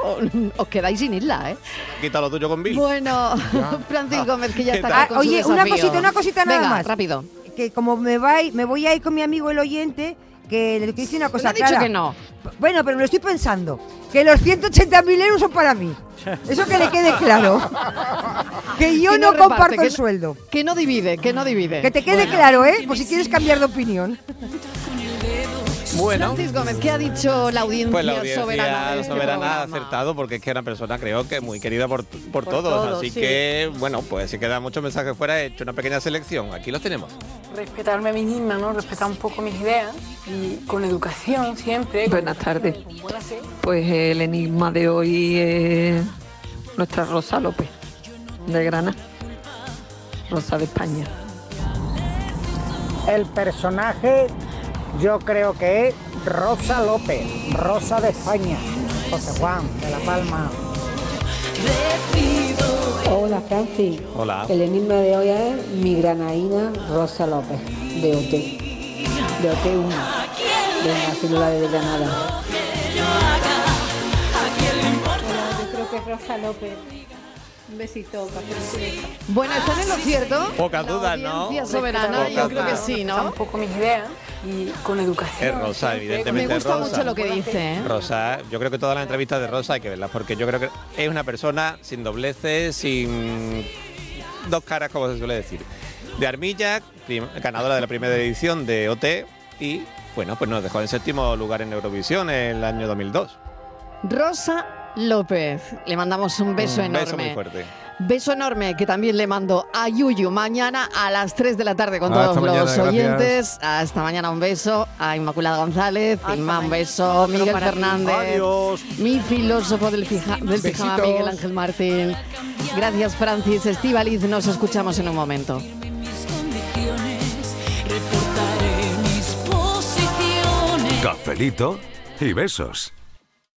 os quedáis sin isla, ¿eh?
Quita lo tuyo con Bill.
Bueno, Francisco Gómez, que ya
¿Qué
está
tal?
aquí con
Ah, oye,
su
una
desafío.
cosita, una cosita nada
Venga,
más.
rápido.
Que como me, va, y- me voy a ir con mi amigo el oyente, que le quiero decir una cosa
ha dicho
clara.
que no.
Bueno, pero me lo estoy pensando. Que los 180.000 euros son para mí. Eso que le quede claro. Que yo
Que
no,
no reparte,
comparto
que
el
no-
sueldo.
Que no divide, que no divide.
Que te quede
Bueno.
claro, ¿eh? Por si quieres cambiar de opinión.
Bueno.
Francisco Gómez, ¿qué ha dicho la audiencia,
Pues la audiencia
soberana? de
soberana,
este
ha
programa?
acertado porque es que era una persona creo que muy querida por, por
Por
todos.
todos,
Así
sí.
que, bueno, pues si quedan muchos mensajes fuera, he hecho una pequeña selección. Aquí los tenemos.
Respetarme a mí misma, ¿no? Respetar un poco mis ideas y con educación siempre.
Buenas tardes.
Con buena fe.
Pues el enigma de hoy es nuestra Rosa López, de Granada, Rosa de España.
El personaje yo creo que es Rosa López, Rosa de España, José Juan de La Palma.
Hola Francis.
Hola.
El enigma de hoy es mi granaína Rosa López, de OT. De OT1. De la célula de Granada.
Yo creo que es Rosa López. Un besito, café
Bueno, ¿están en lo cierto?
Pocas dudas, ¿no?
audiencia soberana,
Pocas
yo creo que
dudas.
sí, ¿no?
Un poco mis ideas y con educación.
Es Rosa, evidentemente.
Me gusta
Rosa.
mucho lo que dice, ¿eh?
Rosa, yo creo que todas las entrevistas de Rosa hay que verlas porque yo creo que es una persona sin dobleces, sin dos caras, como se suele decir. De Armilla, prim- ganadora de la primera edición de OT y, bueno, pues nos dejó en séptimo lugar en Eurovisión en el año 2002.
Rosa López, le mandamos un beso
Un
enorme.
beso muy fuerte.
Beso enorme que también le mando a Yuyu mañana a las 3 de la tarde con
Hasta
todos
mañana,
los
gracias.
oyentes. Hasta mañana un beso a Inmaculada González, Inma un beso,
Otro
Miguel
para ti.
Fernández,
Adiós.
mi filósofo del, fija- del pijama,
Besitos.
Miguel Ángel Martín. Gracias Francis, Estivaliz, nos escuchamos en un momento.
Reportaré mis posiciones.
Cafelito y besos.